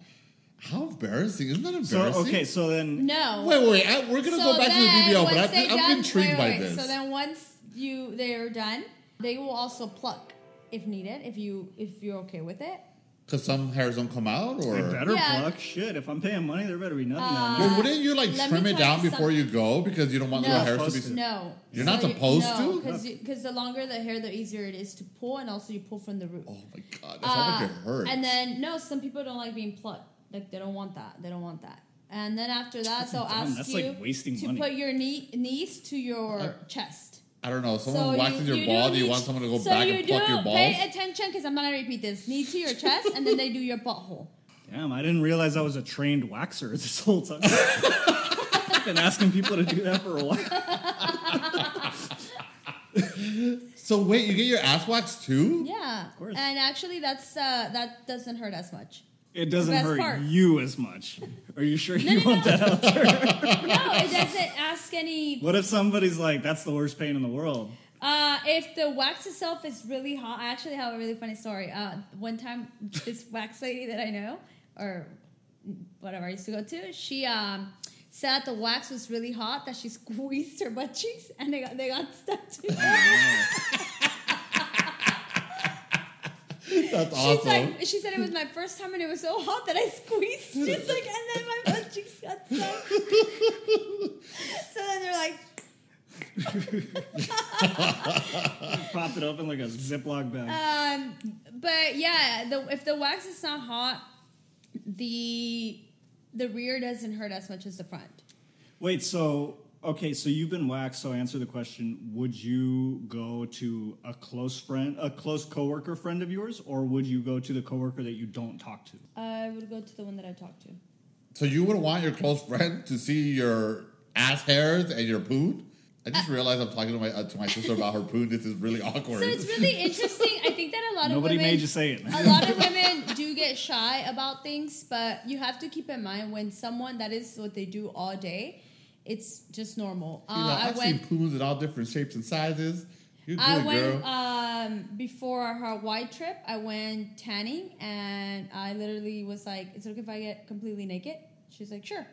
Speaker 3: How embarrassing! Isn't that
Speaker 1: So
Speaker 3: embarrassing?
Speaker 1: okay, so then
Speaker 2: No.
Speaker 3: Wait, wait. I, we're gonna go back to the BBL, but
Speaker 2: once
Speaker 3: I,
Speaker 2: they
Speaker 3: I'm
Speaker 2: done-
Speaker 3: intrigued
Speaker 2: wait,
Speaker 3: by
Speaker 2: wait,
Speaker 3: this.
Speaker 2: So then once you they are done, they will also pluck if needed, if you if you're okay with it.
Speaker 3: Because some hairs don't come out, or
Speaker 1: they better
Speaker 2: Yeah. Uh.
Speaker 1: pluck shit. If I'm paying money, there better be nothing on
Speaker 3: well, wouldn't you like
Speaker 2: Um, Let me
Speaker 3: trim it
Speaker 2: tell
Speaker 3: down
Speaker 2: you
Speaker 3: before you go because you don't want
Speaker 2: No.
Speaker 3: little hairs to
Speaker 1: Supposed
Speaker 3: be?
Speaker 2: No,
Speaker 3: You're not supposed to?
Speaker 2: because the longer the hair, the easier it is to pull, and also you pull from the root. Uh,
Speaker 3: Oh my god, that sounds like it hurts.
Speaker 2: Um, And then no, some people don't like being plucked. Like they don't want that. They don't want that. And then after that, they'll
Speaker 1: dumb.
Speaker 2: ask
Speaker 1: That's
Speaker 2: you
Speaker 1: like wasting
Speaker 2: to
Speaker 1: money.
Speaker 2: put your knee, knees to your
Speaker 3: Uh,
Speaker 2: chest.
Speaker 3: I don't know. Someone waxes your
Speaker 2: do
Speaker 3: ball. Do you
Speaker 2: need-
Speaker 3: want someone to go
Speaker 2: so
Speaker 3: back
Speaker 2: you
Speaker 3: and pluck
Speaker 2: do
Speaker 3: your balls?
Speaker 2: Pay attention because I'm not gonna repeat this. Knee to your chest, and then they do your butthole.
Speaker 1: it. Damn, I didn't realize I was a trained waxer this whole time. I've been asking people to do that for a while.
Speaker 3: so wait, you get your ass waxed too?
Speaker 2: Yeah, of
Speaker 1: course.
Speaker 2: And actually, that's uh, that doesn't hurt as much.
Speaker 1: It doesn't
Speaker 2: Best
Speaker 1: hurt
Speaker 2: part.
Speaker 1: you as much. Are you sure you want that out there?
Speaker 2: No, it doesn't ask any.
Speaker 1: What if somebody's like, "That's the worst pain in the world"?
Speaker 2: Uh, if the wax itself is really hot, I actually have a really funny story. Uh, one time, this wax lady that I know, or whatever I used to go to, she um, said that the wax was really hot that she squeezed her butt cheeks and they got they got stuck to it.
Speaker 3: That's
Speaker 2: She's
Speaker 3: awesome.
Speaker 2: like, she said it was my first time and it was so hot that I squeezed. She's like, and then my butt cheeks got stuck. so then they're like,
Speaker 1: Popped it open like a Ziploc bag.
Speaker 2: um, but yeah, the, if the wax is not hot, the the rear doesn't hurt as much as the front.
Speaker 1: Wait, so okay, so you've been waxed. So answer the question: Would you go to a close friend, a close coworker friend of yours, or would you go to the coworker that you don't talk to?
Speaker 2: I would go to the one that I talked to.
Speaker 3: So you would want your close friend to see your ass hairs and your poon? I just realized I'm talking to my uh, to my sister about her poon. This is really awkward.
Speaker 2: So it's really interesting. I think that a lot
Speaker 1: Nobody
Speaker 2: of women
Speaker 1: made you say it.
Speaker 2: a lot of women do get shy about things, but you have to keep in mind when someone that is what they do all day, it's just normal. Uh,
Speaker 3: You know,
Speaker 2: I
Speaker 3: I've seen
Speaker 2: went.
Speaker 3: poons in all different shapes and sizes. You do
Speaker 2: I
Speaker 3: it, girl.
Speaker 2: went um, before our Hawaii trip. I went tanning, and I literally was like, "Is it okay if I get completely naked?" She's like, "Sure,"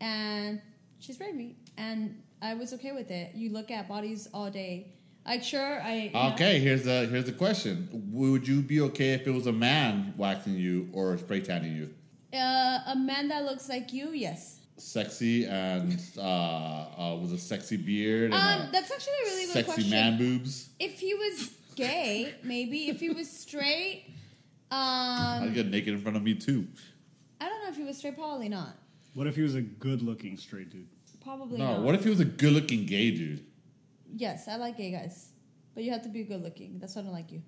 Speaker 2: and she sprayed me, and I was okay with it. You look at bodies all day. Like, sure, I you know,
Speaker 3: okay, here's a here's a question. Would you be okay if it was a man waxing you or spray tanning you?
Speaker 2: uh, a man that looks like you, yes.
Speaker 3: Sexy and uh, uh, with a sexy beard and
Speaker 2: Um,
Speaker 3: a
Speaker 2: that's actually a really good
Speaker 3: sexy
Speaker 2: question.
Speaker 3: man boobs.
Speaker 2: If he was gay, maybe. If he was straight, um,
Speaker 3: I'd get naked in front of me too.
Speaker 2: I don't know if he was straight. Probably not.
Speaker 1: What if he was a good-looking straight dude?
Speaker 2: Probably
Speaker 3: No,
Speaker 2: not.
Speaker 3: what if he was a good-looking gay dude?
Speaker 2: Yes, I like gay guys, but you have to be good looking. That's why I don't like you.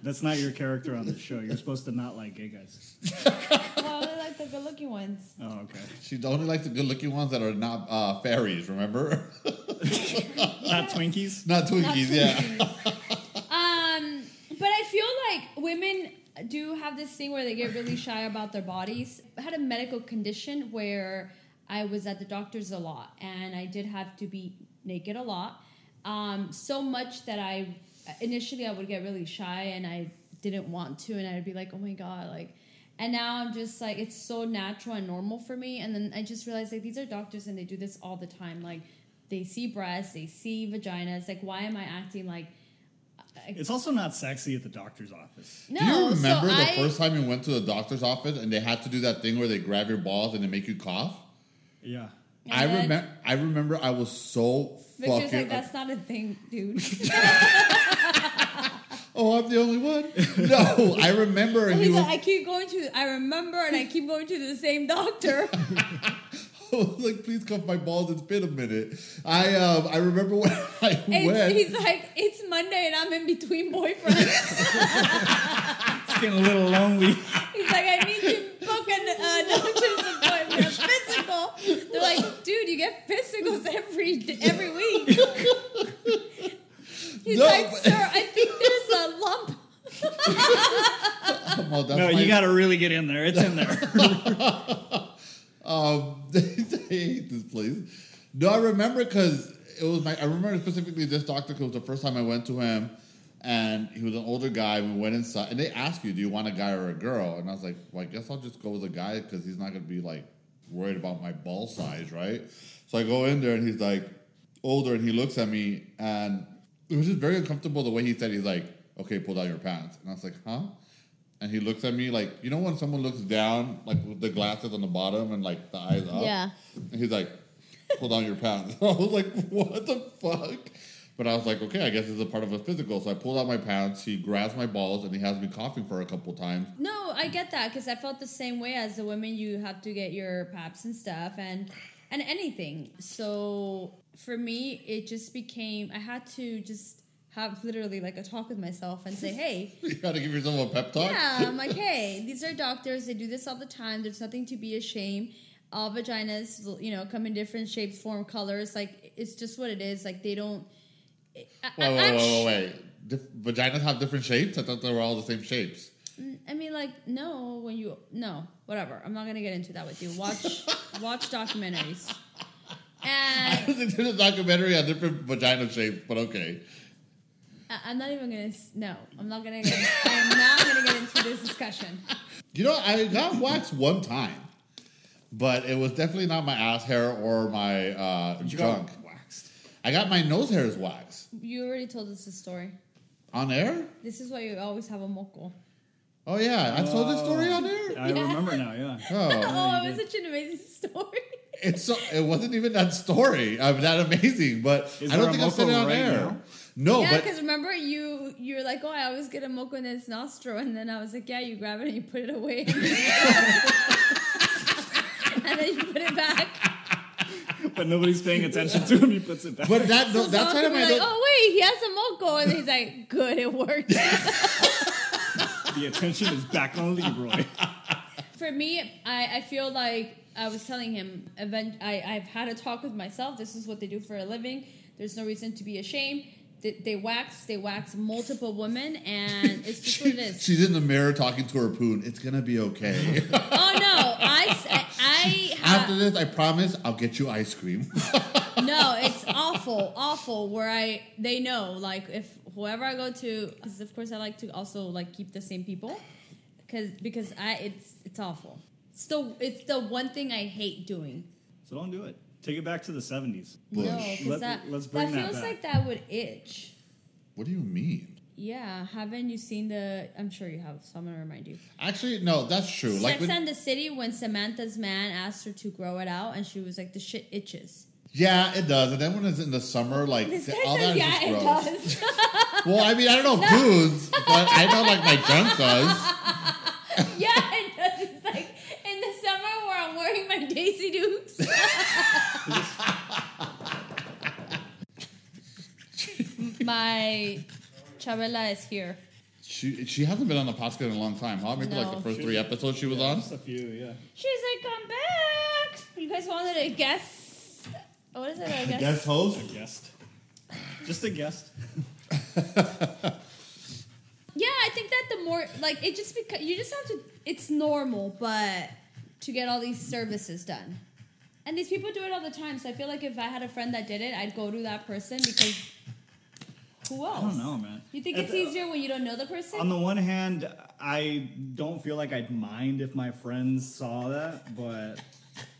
Speaker 1: That's not your character on the show. You're supposed to not like gay guys.
Speaker 2: well, I only like the good looking ones.
Speaker 1: Oh, okay.
Speaker 3: She only likes the good-looking ones that are not uh, fairies. Remember,
Speaker 1: Not Twinkies.
Speaker 3: not Twinkies.
Speaker 2: Not
Speaker 3: yeah.
Speaker 2: Twinkies. um, but I feel like women do have this thing where they get really shy about their bodies. I had a medical condition where I was at the doctor's a lot, and I did have to be naked a lot. Um, so much that I initially I would get really shy, and I didn't want to, and I'd be like, "Oh my god!" Like, and now I'm just like, it's so natural and normal for me. And then I just realized like these are doctors, and they do this all the time. Like, they see breasts, they see vaginas. Like, why am I acting like? I,
Speaker 1: It's also not sexy at the doctor's office.
Speaker 2: no,
Speaker 3: Do you remember
Speaker 2: so
Speaker 3: the
Speaker 2: I,
Speaker 3: first time you went to the doctor's office and they had to do that thing where they grab your balls and they make you cough?
Speaker 1: Yeah.
Speaker 3: I
Speaker 2: And then
Speaker 3: remember. I remember. I was so
Speaker 2: Victor's
Speaker 3: fucking.
Speaker 2: like, that's not a thing, dude.
Speaker 3: oh, I'm the only one. No, I remember he
Speaker 2: He's
Speaker 3: was
Speaker 2: like, I keep going to. I remember, and I keep going to the same doctor.
Speaker 3: I was like, "Please cuff my balls. It's been a minute." I um, I remember when I
Speaker 2: And
Speaker 3: went.
Speaker 2: he's like, it's Monday, and I'm in between boyfriends.
Speaker 1: It's getting a little lonely.
Speaker 2: He's like, I need to book a uh, doctor's appointment, a physical. They're like, dude, you get physicals every d- every week. He's
Speaker 3: No,
Speaker 2: like,
Speaker 3: but-
Speaker 2: sir, I think there's a lump.
Speaker 3: Well, that's
Speaker 1: No, you
Speaker 3: my-
Speaker 1: got to really get in there. It's in there.
Speaker 3: Um, I hate this place. No, I remember because it was my. I remember specifically this doctor because it was the first time I went to him, and he was an older guy. We went inside, and they asked you, "Do you want a guy or a girl?" And I was like, "Well, I guess I'll just go with a guy because he's not gonna be like worried about my ball size, right?" So I go in there, and he's like older, and he looks at me, and it was just very uncomfortable the way he said. He's like, "Okay, pull down your pants," and I was like, "Huh?" And he looks at me like, you know, when someone looks down, like with the glasses on the bottom and like the eyes up?
Speaker 2: Yeah.
Speaker 3: And he's like, pull down your pants. I was like, what the fuck? But I was like, okay, I guess this is a part of a physical. So I pulled out my pants. He grabs my balls and he has me coughing for a couple times.
Speaker 2: No, I get that because I felt the same way as the women. You have to get your paps and stuff and and anything. So for me, it just became I had to just have literally like a talk with myself and say, hey,
Speaker 3: You gotta give yourself a pep talk.
Speaker 2: yeah, I'm like, hey, these are doctors. They do this all the time. There's nothing to be ashamed. All vaginas, you know, come in different shapes, form, colors. Like it's just what it is. Like they don't. I,
Speaker 3: Wait,
Speaker 2: I-
Speaker 3: wait,
Speaker 2: I'm
Speaker 3: wait, wait, wait. Dif- vaginas have different shapes? I thought they were all the same shapes.
Speaker 2: I mean, like, no, when you no, whatever. I'm not gonna get into that with you. Watch, watch documentaries. And
Speaker 3: There's a documentary on different vagina shapes, but okay.
Speaker 2: I- I'm not even gonna. s- No, I'm not gonna. Get, I'm not gonna get into this discussion.
Speaker 3: You know, I got waxed one time, but it was definitely not my ass hair or my uh,
Speaker 1: You
Speaker 3: junk.
Speaker 1: got waxed.
Speaker 3: I got my nose hairs waxed
Speaker 2: You already told us the story.
Speaker 3: on air.
Speaker 2: This is why you always have a moco.
Speaker 3: Oh yeah, I told this story on air.
Speaker 1: I remember now. Yeah.
Speaker 3: Oh,
Speaker 2: Oh, it was such an amazing story.
Speaker 3: it's so, it wasn't even that story. I'm that amazing, but
Speaker 1: Is
Speaker 3: I don't
Speaker 1: there a
Speaker 3: think I've said it
Speaker 1: moco
Speaker 3: on
Speaker 1: right
Speaker 3: air.
Speaker 1: now?
Speaker 3: No,
Speaker 2: yeah,
Speaker 3: Oh, but
Speaker 2: because remember you you were like, oh, I always get a moco in this nostril, and then I was like, yeah, you grab it and you put it away, and then you put it back.
Speaker 1: But nobody's paying attention to him. He puts it back.
Speaker 3: but that
Speaker 2: So
Speaker 3: that side
Speaker 2: someone
Speaker 3: of my
Speaker 2: could be
Speaker 3: nose.
Speaker 2: like, oh wait, he has a moco, and he's like, good, it worked.
Speaker 1: the attention is back on Leroy.
Speaker 2: For me, I, I feel like I was telling him, event, I, I've had a talk with myself. This is what they do for a living. There's no reason to be ashamed. They, they wax, they wax multiple women, and it's just what it
Speaker 3: She,
Speaker 2: is.
Speaker 3: she's in the mirror talking to her poon. It's gonna be okay.
Speaker 2: oh no, I, s- I- I have-
Speaker 3: After this, I promise I'll get you ice cream.
Speaker 2: no, it's all awful, awful. Where I they know like if whoever I go to, because of course I like to also like keep the same people, because because I it's it's awful. It's the it's the one thing I hate doing.
Speaker 1: So don't do it. Take it back to the 70s.
Speaker 3: Bush.
Speaker 2: No, because
Speaker 1: Let-
Speaker 2: that
Speaker 1: let's bring that
Speaker 2: feels
Speaker 1: back.
Speaker 2: like that would itch.
Speaker 3: What do you mean?
Speaker 2: Yeah, haven't you seen the? I'm sure you have. So I'm gonna remind you.
Speaker 3: Actually, no, that's true. Like,
Speaker 2: Sex
Speaker 3: when,
Speaker 2: and the City when Samantha's man asked her to grow it out, and she was like, "The shit itches."
Speaker 3: yeah, it does. And then when it's in the summer, like
Speaker 2: This guy
Speaker 3: all
Speaker 2: says,
Speaker 3: that is
Speaker 2: "Yeah,
Speaker 3: just
Speaker 2: it
Speaker 3: gross.
Speaker 2: does."
Speaker 3: Well, I mean, I don't know booze, but I know like my junk does.
Speaker 2: yeah, it does. It's like in the summer where I'm wearing my Daisy Dukes. my Chabela is here.
Speaker 3: She she hasn't been on the podcast in a long time, huh? Maybe like
Speaker 2: No.
Speaker 3: the first three episodes she was on.
Speaker 1: Just a few, yeah.
Speaker 2: She's like, "Come back." You guys wanted a guess? What is it? I guess.
Speaker 3: Guest host.
Speaker 1: A guest. Just a guest.
Speaker 2: Yeah, I think that the more like it just because you just have to it's normal, but to get all these services done. And these people do it all the time, so I feel like if I had a friend that did it, I'd go to that person because who else?
Speaker 1: I don't know, man.
Speaker 2: You think
Speaker 1: At
Speaker 2: it's
Speaker 1: the-
Speaker 2: easier when you don't know the person?
Speaker 1: On the one hand, I don't feel like I'd mind if my friends saw that, but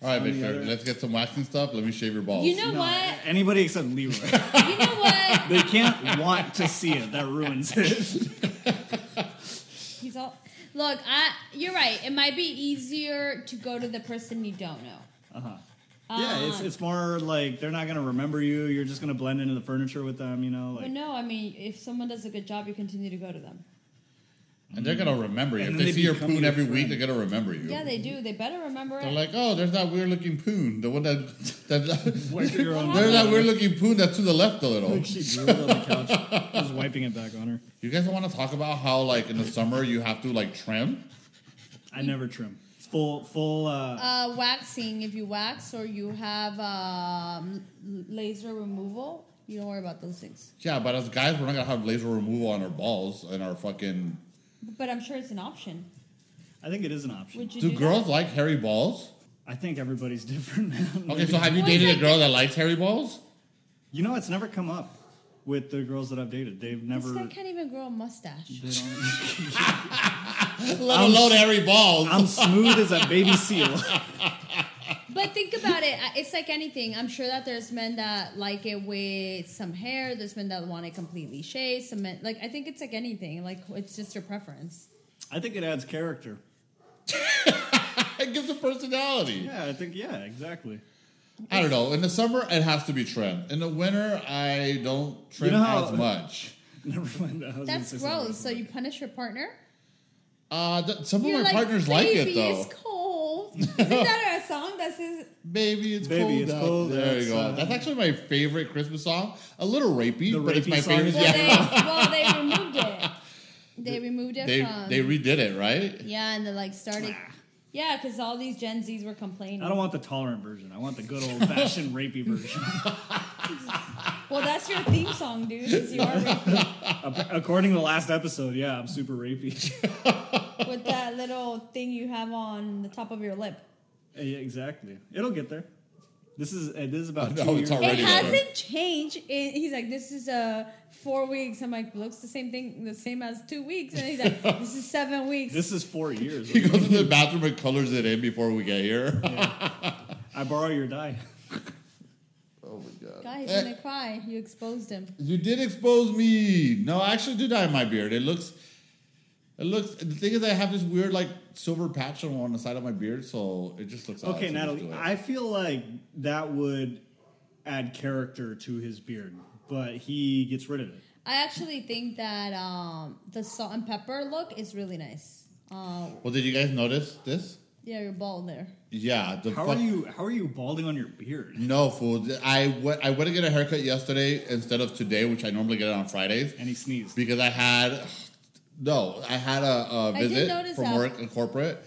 Speaker 3: All right,
Speaker 1: On the
Speaker 3: Victor,
Speaker 1: other-
Speaker 3: let's get some waxing stuff. Let me shave your balls.
Speaker 2: you know
Speaker 1: no,
Speaker 2: what?
Speaker 1: anybody except Leroy.
Speaker 2: You know what?
Speaker 1: they can't want to see it. That ruins it.
Speaker 2: He's all Look, I you're right. It might be easier to go to the person you don't know.
Speaker 1: Uh-huh.
Speaker 2: Um,
Speaker 1: yeah, it's, it's more like they're not gonna remember you. You're just gonna blend into the furniture with them. You know,
Speaker 2: But
Speaker 1: like
Speaker 2: no, I mean, if someone does a good job, you continue to go to them.
Speaker 3: and they're gonna remember you.
Speaker 1: And
Speaker 3: If
Speaker 1: then
Speaker 3: they,
Speaker 1: they
Speaker 3: see your
Speaker 1: become
Speaker 3: poon
Speaker 1: your
Speaker 3: every week, they're
Speaker 1: friend.
Speaker 3: gonna remember you.
Speaker 2: Yeah, they do. They better remember
Speaker 3: They're
Speaker 2: it.
Speaker 3: like, oh, there's that weird looking poon. The one that, that
Speaker 1: wipe your own.
Speaker 3: there's that weird looking poon that's to the left a little.
Speaker 1: She drooled on the couch, just wiping it back on her.
Speaker 3: You guys want to talk about how like in the summer you have to like trim?
Speaker 1: I never trim. It's full, full. Uh,
Speaker 2: uh, waxing if you wax or you have um, l- laser removal you don't worry about those things
Speaker 3: Yeah, but as guys, we're not gonna have laser removal on our balls and our fucking.
Speaker 2: but i'm sure it's an option
Speaker 1: I think it is an option.
Speaker 2: would you
Speaker 3: Do
Speaker 2: do
Speaker 3: girls like hairy balls?
Speaker 1: I think everybody's different, man.
Speaker 3: Okay, so have you
Speaker 2: Well, it's
Speaker 3: dated a
Speaker 2: like-
Speaker 3: girl that likes hairy balls?
Speaker 1: You know, it's never come up with the girls that I've dated. They've
Speaker 2: that? this
Speaker 1: never.
Speaker 2: guy can't even grow a mustache
Speaker 1: they don't-
Speaker 3: Let alone hairy balls.
Speaker 1: I'm smooth as a baby seal.
Speaker 2: but think about it I- it's like anything i'm sure that there's men that like it with some hair there's men that want it completely shaved some men like i think it's like anything like it's just your preference
Speaker 1: I think it adds character.
Speaker 3: it gives a personality.
Speaker 1: Yeah, I think yeah, exactly.
Speaker 3: I don't know. In the summer, it has to be trimmed. In the winter, I don't trim
Speaker 1: know how-
Speaker 3: as much.
Speaker 1: Never mind. I was gonna
Speaker 2: that's
Speaker 1: say something
Speaker 2: gross so
Speaker 1: else.
Speaker 2: you punish your partner
Speaker 3: Uh, th- some of
Speaker 2: You're
Speaker 3: my partners like it
Speaker 2: "Baby,
Speaker 3: though.
Speaker 2: it's cold isn't that a song that says
Speaker 3: Baby, it's
Speaker 1: Baby,
Speaker 3: cold.
Speaker 1: it's
Speaker 3: out
Speaker 1: cold
Speaker 3: There you go.
Speaker 1: outside.
Speaker 3: That's actually my favorite Christmas song. A little rapey,
Speaker 1: The
Speaker 3: but it's
Speaker 1: rapey
Speaker 3: my
Speaker 1: song?
Speaker 3: favorite.
Speaker 2: Well,
Speaker 3: Yeah,
Speaker 2: they, well, they removed it. They removed it
Speaker 3: they
Speaker 2: from.
Speaker 3: they redid it right.
Speaker 2: yeah, and they like started. Yeah, because all these Gen Zs were complaining.
Speaker 1: I don't want the tolerant version. I want the good old fashioned rapey version.
Speaker 2: well, that's your theme song, dude. Is you are with,
Speaker 1: Ap- According to the last episode, yeah, I'm super rapey.
Speaker 2: with that little thing you have on the top of your lip.
Speaker 1: yeah, exactly. It'll get there. This is uh, this is about
Speaker 3: No,
Speaker 1: two
Speaker 3: it's
Speaker 1: years.
Speaker 3: already-
Speaker 2: It
Speaker 3: Radio.
Speaker 2: hasn't changed. It, he's like, this is uh, four weeks. I'm like, looks the same thing, the same as two weeks. And he's like, this is seven weeks.
Speaker 1: This is four years.
Speaker 3: He goes to the bathroom and colors it in before we get here.
Speaker 1: I borrow your die.
Speaker 3: Oh my god.
Speaker 2: Guys,
Speaker 3: Eh,
Speaker 2: gonna cry. You exposed him.
Speaker 3: You did expose me. No, I actually did dye my beard. It looks, it looks. The thing is, I have this weird like silver patch on on the side of my beard, so it just looks. odd,
Speaker 1: Okay,
Speaker 3: so just do
Speaker 1: Natalie,
Speaker 3: it.
Speaker 1: I feel like that would add character to his beard, but he gets rid of it.
Speaker 2: I actually think that um, the salt and pepper look is really nice. Uh,
Speaker 3: Well, did you guys notice this?
Speaker 2: yeah, you're bald there.
Speaker 3: Yeah. The
Speaker 1: How
Speaker 3: fuck-
Speaker 1: are you? How are you balding on your beard?
Speaker 3: No, fool. I went. I went to get a haircut yesterday instead of today, which I normally get it on Fridays,
Speaker 1: And he sneezed.
Speaker 3: because I had no. I had a, a
Speaker 2: I did
Speaker 3: visit
Speaker 2: notice
Speaker 3: from
Speaker 2: that.
Speaker 3: work and corporate,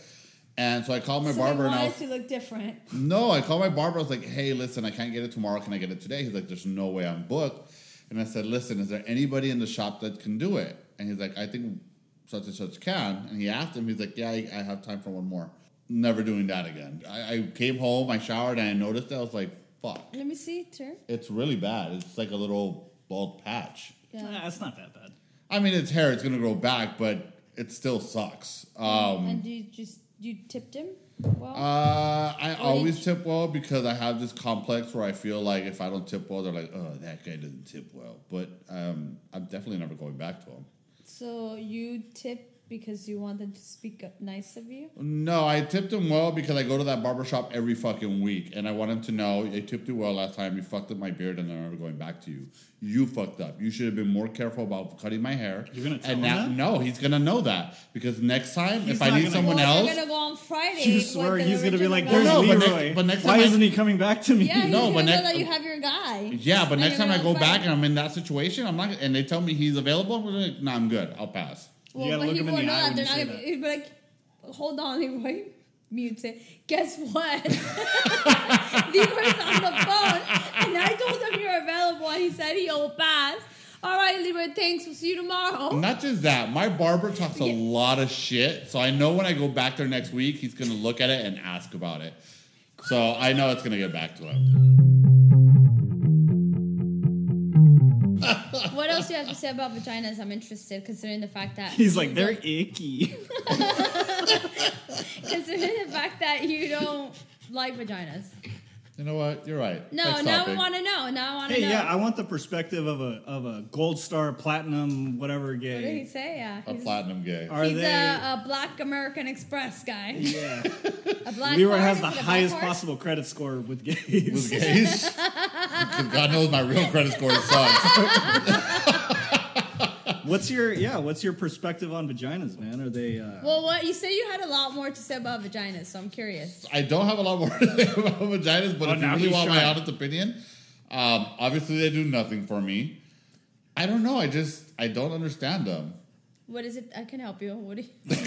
Speaker 3: and so I called my
Speaker 2: so
Speaker 3: barber
Speaker 2: they
Speaker 3: and I
Speaker 2: wanted
Speaker 3: was
Speaker 2: to look different.
Speaker 3: No, I called my barber. I was like, hey, listen, I can't get it tomorrow. Can I get it today? He's like, there's no way I'm booked. And I said, listen, is there anybody in the shop that can do it? And he's like, I think such and such can. And he asked him, he's like, yeah, I, I have time for one more. Never doing that again. I, I came home, I showered, and I noticed that. I was like, fuck.
Speaker 2: Let me see. Turn.
Speaker 3: It's really bad. It's like a little bald patch.
Speaker 2: Yeah.
Speaker 1: Nah, it's not that bad.
Speaker 3: I mean, it's hair. It's gonna grow back, but it still sucks. Um,
Speaker 2: and you just you tipped him. Well,
Speaker 3: Uh, I
Speaker 2: did
Speaker 3: always
Speaker 2: you-
Speaker 3: tip well because I have this complex where I feel like if I don't tip well, they're like, "Oh, that guy doesn't tip well." But um, I'm definitely never going back to him.
Speaker 2: so you tip because you want them to speak up nice of you.
Speaker 3: No, I tipped him well because I go to that barber shop every fucking week, and I want him to know I tipped you well last time. You fucked up my beard, and I'm never going back to you. You fucked up. You should have been more careful about cutting my hair.
Speaker 1: You're gonna tell
Speaker 3: and
Speaker 1: him
Speaker 3: now,
Speaker 1: that?
Speaker 3: No, he's gonna know that because next time,
Speaker 1: He's
Speaker 3: if I
Speaker 1: not
Speaker 3: need
Speaker 1: gonna-
Speaker 3: someone
Speaker 2: well,
Speaker 3: else,
Speaker 2: You're gonna go on Friday.
Speaker 1: You
Speaker 2: with
Speaker 1: swear
Speaker 2: the
Speaker 1: he's gonna be
Speaker 2: original
Speaker 1: like,
Speaker 2: guy.
Speaker 1: "There's
Speaker 3: No, but next-
Speaker 1: Leroy.
Speaker 3: but next
Speaker 1: Why
Speaker 3: time I-
Speaker 1: isn't he coming back to me?"
Speaker 2: Yeah, he's
Speaker 3: No,
Speaker 2: gonna
Speaker 3: but
Speaker 2: know
Speaker 3: next-
Speaker 2: that you have your guy.
Speaker 3: Yeah, but
Speaker 2: And
Speaker 3: next
Speaker 2: you're
Speaker 3: time I
Speaker 2: gonna
Speaker 3: go
Speaker 2: fight.
Speaker 3: back and I'm in that situation, I'm not. And they tell me he's available. I'm like, nah, I'm good. I'll pass.
Speaker 1: You gotta
Speaker 2: but
Speaker 1: look
Speaker 2: he
Speaker 1: him in
Speaker 2: won't
Speaker 1: the
Speaker 2: know
Speaker 1: eye when
Speaker 2: They're
Speaker 1: you
Speaker 2: not
Speaker 1: say
Speaker 2: gonna
Speaker 1: that.
Speaker 2: be- he'd be like, hold on, Leroy. Mute it. Guess what? Leroy's on the phone, and I told him you're available, and he said he'll pass. All right, Leroy, thanks. We'll see you tomorrow.
Speaker 3: Not just that, my barber talks a
Speaker 2: Yeah.
Speaker 3: lot of shit, so I know when I go back there next week, he's gonna look at it and ask about it. So I know it's gonna get back to him.
Speaker 2: what else do you have to say about vaginas? I'm interested, considering the fact that
Speaker 1: He's like, they're icky.
Speaker 2: considering the fact that you don't like vaginas.
Speaker 3: You know what? You're right.
Speaker 2: No,
Speaker 3: Next
Speaker 2: now I
Speaker 3: topic.
Speaker 2: want to know. Now I want to
Speaker 1: hey,
Speaker 2: know.
Speaker 1: yeah, I want the perspective of a of a gold star, platinum, whatever
Speaker 2: what did he
Speaker 1: gay.
Speaker 2: say? Yeah,
Speaker 3: a
Speaker 2: he's-
Speaker 3: platinum gay.
Speaker 1: Are
Speaker 2: he's
Speaker 1: they?
Speaker 2: a, uh, a black American Express guy.
Speaker 1: yeah,
Speaker 2: A black
Speaker 1: Leroy
Speaker 2: card?
Speaker 1: has
Speaker 2: Is
Speaker 1: the
Speaker 2: it a black
Speaker 1: highest
Speaker 2: card?
Speaker 1: possible credit score with gays.
Speaker 3: With gays? 'Cause God knows my real credit score sucks.
Speaker 1: What's your yeah? What's your perspective on vaginas, man? Are they? Uh,
Speaker 2: Well, what you say you had a lot more to say about vaginas, so I'm curious.
Speaker 3: I don't have a lot more to say about vaginas, but
Speaker 1: Oh,
Speaker 3: if you
Speaker 1: now
Speaker 3: really
Speaker 1: he's
Speaker 3: want my
Speaker 1: shy.
Speaker 3: honest opinion, um, obviously they do nothing for me. I don't know. I just I don't understand them.
Speaker 2: What is it? I can help you. What do you? what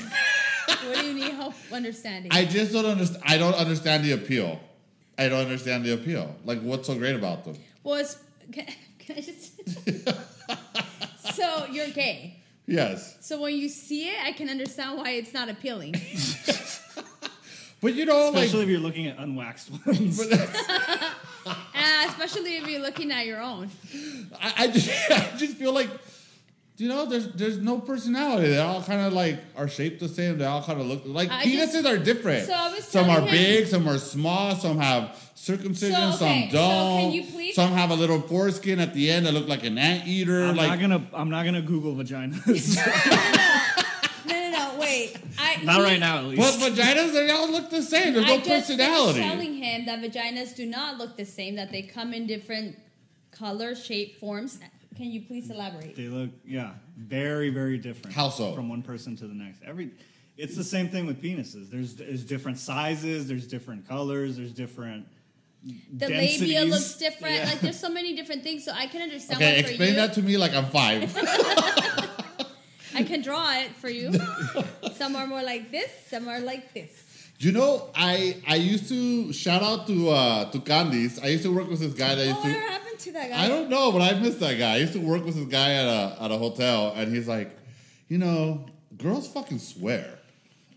Speaker 2: do you need help understanding?
Speaker 3: I just don't understand. I don't understand the appeal. I don't understand the appeal. Like, what's so great about them?
Speaker 2: well, it's, can, can I just? so you're gay.
Speaker 3: Yes,
Speaker 2: So when you see it, I can understand why it's not appealing.
Speaker 3: but you know,
Speaker 1: especially
Speaker 3: like,
Speaker 1: if you're looking at unwaxed ones.
Speaker 2: Uh, especially if you're looking at your own.
Speaker 3: I, I just, I just feel like, you know, there's there's no personality. They all kind of like are shaped the same. They all kind of look like
Speaker 2: I
Speaker 3: penises
Speaker 2: just-
Speaker 3: are different.
Speaker 2: So I was
Speaker 3: some are
Speaker 2: telling him-
Speaker 3: big, some are small, some have circumcision,
Speaker 2: So, okay,
Speaker 3: some
Speaker 2: so
Speaker 3: don't.
Speaker 2: can you please-
Speaker 3: Some have a little foreskin at the end that look like an anteater.
Speaker 1: I'm
Speaker 3: like,
Speaker 1: not gonna. I'm not gonna Google vaginas.
Speaker 2: No, no, no. Wait. I,
Speaker 1: not
Speaker 2: he-
Speaker 1: right now, at least.
Speaker 3: but vaginas, they all look the same. There's no
Speaker 2: I just finished
Speaker 3: personality.
Speaker 2: telling him that vaginas do not look the same; that they come in different color, shape, forms. Can you please elaborate?
Speaker 1: They look, yeah, very, very different.
Speaker 3: How so?
Speaker 1: From one person to the next. Every, it's the same thing with penises. There's there's different sizes. There's different colors. There's different.
Speaker 2: The
Speaker 1: densities.
Speaker 2: labia looks different.
Speaker 1: Yeah.
Speaker 2: Like there's so many different things, so I can understand.
Speaker 3: Okay,
Speaker 2: why for
Speaker 3: explain
Speaker 2: you,
Speaker 3: that to me like I'm five.
Speaker 2: I can draw it for you. some are more like this. Some are like this.
Speaker 3: You know, I I used to shout out to uh, to Candice. I used to work with this guy that
Speaker 2: Oh,
Speaker 3: used
Speaker 2: whatever
Speaker 3: to.
Speaker 2: happened to that guy?
Speaker 3: I don't know, but I miss that guy. I used to work with this guy at a at a hotel, and he's like, you know, girls fucking swear.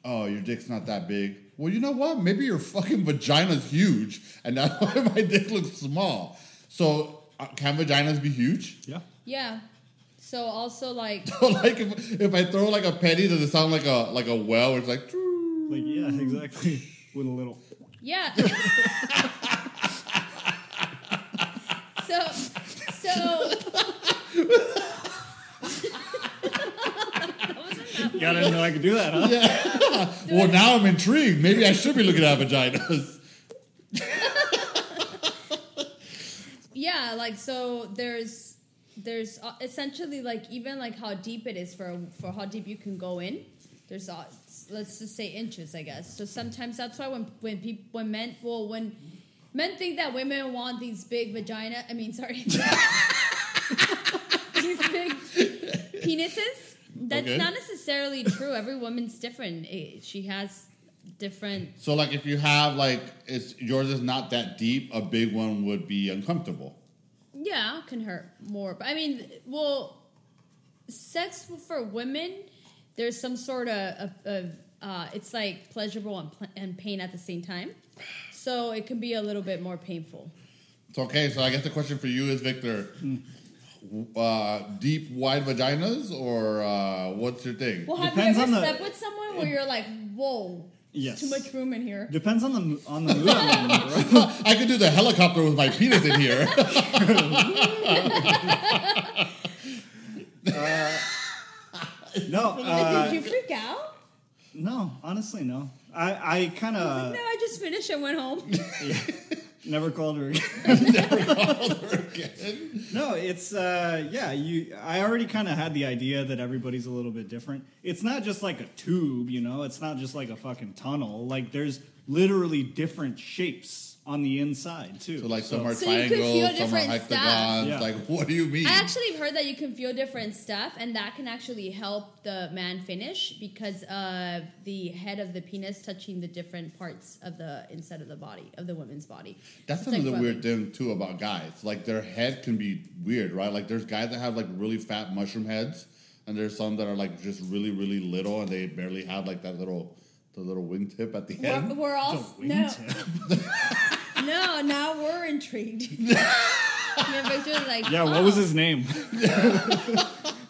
Speaker 3: Oh, your dick's not that big. Well, you know what? Maybe your fucking vagina's huge, and that's why my dick looks small. So, uh, can vaginas be huge?
Speaker 1: Yeah.
Speaker 2: Yeah. So also like
Speaker 3: like if, if I throw like a penny, does it sound like a like a well? Where it's like.
Speaker 1: Like yeah, exactly. With a little.
Speaker 2: yeah. so so. that wasn't that
Speaker 1: You gotta know I could do that, huh?
Speaker 3: Well, now I'm intrigued. Maybe I should be looking at vaginas.
Speaker 2: yeah like so there's there's uh, essentially like even like how deep it is for for how deep you can go in there's uh, let's just say inches i guess so sometimes that's why when when people when men well when men think that women want these big vagina i mean sorry these big penises that's
Speaker 3: Okay.
Speaker 2: not necessarily true every woman's different Eh, she has different
Speaker 3: So, like, if you have like it's yours is not that deep, a big one would be uncomfortable.
Speaker 2: Yeah, can hurt more. But I mean, well, sex for women, there's some sort of, of, of uh, it's like pleasurable and, pl- and pain at the same time. So it can be a little bit more painful.
Speaker 3: It's okay. So I guess the question for you is, Victor, uh, deep wide vaginas or uh, what's your thing?
Speaker 2: Well, have
Speaker 1: Depends
Speaker 2: you
Speaker 1: on
Speaker 2: ever
Speaker 1: the-
Speaker 2: slept with someone where you're like, whoa,
Speaker 1: Yes.
Speaker 2: too much room in here?
Speaker 1: Depends on the m- on the mood. I'm in, bro.
Speaker 3: I could do the helicopter with my penis in here.
Speaker 1: No, uh,
Speaker 2: Did you freak out?
Speaker 1: no, honestly, no. I, I kind of
Speaker 2: no, I just finished and went home.
Speaker 1: never called her. again. No, it's uh, yeah. You, I already kind of had the idea that everybody's a little bit different. It's not just like a tube, you know. It's not just like a fucking tunnel. Like there's literally different shapes on the inside too.
Speaker 3: so like some are
Speaker 2: So you could feel
Speaker 3: triangles, some are
Speaker 2: different stuff.
Speaker 3: hexagons.
Speaker 1: Yeah.
Speaker 3: Like, what do you mean?
Speaker 2: I actually heard that you can feel different stuff, and that can actually help the man finish because of the head of the penis touching the different parts of the inside of the body of the woman's body.
Speaker 3: That's
Speaker 2: It's like
Speaker 3: another weird
Speaker 2: rubbing.
Speaker 3: thing too about guys. Like their head can be weird, right? Like there's guys that have like really fat mushroom heads, and there's some that are like just really, really little, and they barely have like that little, the little wingtip at the
Speaker 2: We're,
Speaker 3: end.
Speaker 2: we're all
Speaker 1: The
Speaker 2: no,
Speaker 1: wingtip.
Speaker 2: no. Now we're intrigued. yeah, Victor's like,
Speaker 1: Yeah, what
Speaker 2: "Oh."
Speaker 1: was his name? Say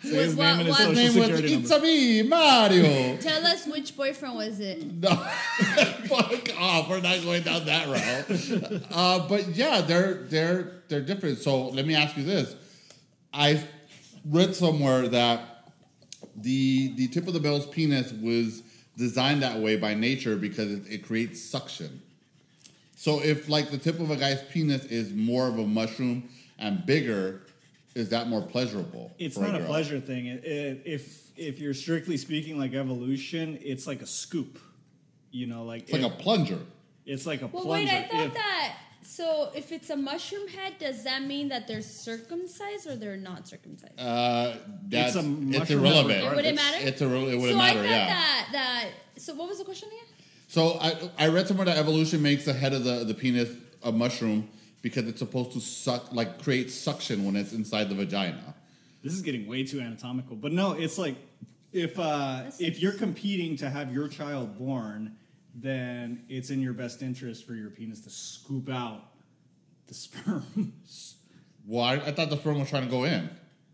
Speaker 1: his
Speaker 2: What-
Speaker 1: name and his social
Speaker 2: what-
Speaker 3: His name was
Speaker 1: security number.
Speaker 3: It's me, Mario.
Speaker 2: "Oh, Tell us which boyfriend was it?
Speaker 3: No, fuck off. We're not going down that route. Uh, but yeah, they're they're they're different. So let me ask you this: I read somewhere that the the tip of the bell's penis was designed that way by nature because it, it creates suction. So if like the tip of a guy's penis is more of a mushroom and bigger, is that more pleasurable?
Speaker 1: It's
Speaker 3: for
Speaker 1: not a
Speaker 3: girl?
Speaker 1: pleasure thing. It, it, if if you're strictly speaking like evolution, it's like a scoop. You know, like
Speaker 3: It's like
Speaker 1: it-
Speaker 3: a plunger.
Speaker 1: it's like a
Speaker 2: Well,
Speaker 1: plunger.
Speaker 2: wait, I thought
Speaker 1: If-
Speaker 2: that. So, if it's a mushroom head, does that mean that they're circumcised or they're not circumcised?
Speaker 3: Uh, that's
Speaker 1: a
Speaker 3: it's,
Speaker 1: mushroom
Speaker 3: irrelevant.
Speaker 1: that
Speaker 2: It wouldn't matter?
Speaker 3: It's a, it wouldn't
Speaker 2: so
Speaker 3: matter.
Speaker 2: I thought
Speaker 3: yeah.
Speaker 2: that that. So, what was the question again?
Speaker 3: So I, I read somewhere that evolution makes the head of the, the penis a mushroom because it's supposed to suck, like create suction when it's inside the vagina.
Speaker 1: this is getting way too anatomical but no it's like if uh, if you're competing to have your child born then it's in your best interest for your penis to scoop out the sperm
Speaker 3: Well, I, I thought the sperm was trying to go in.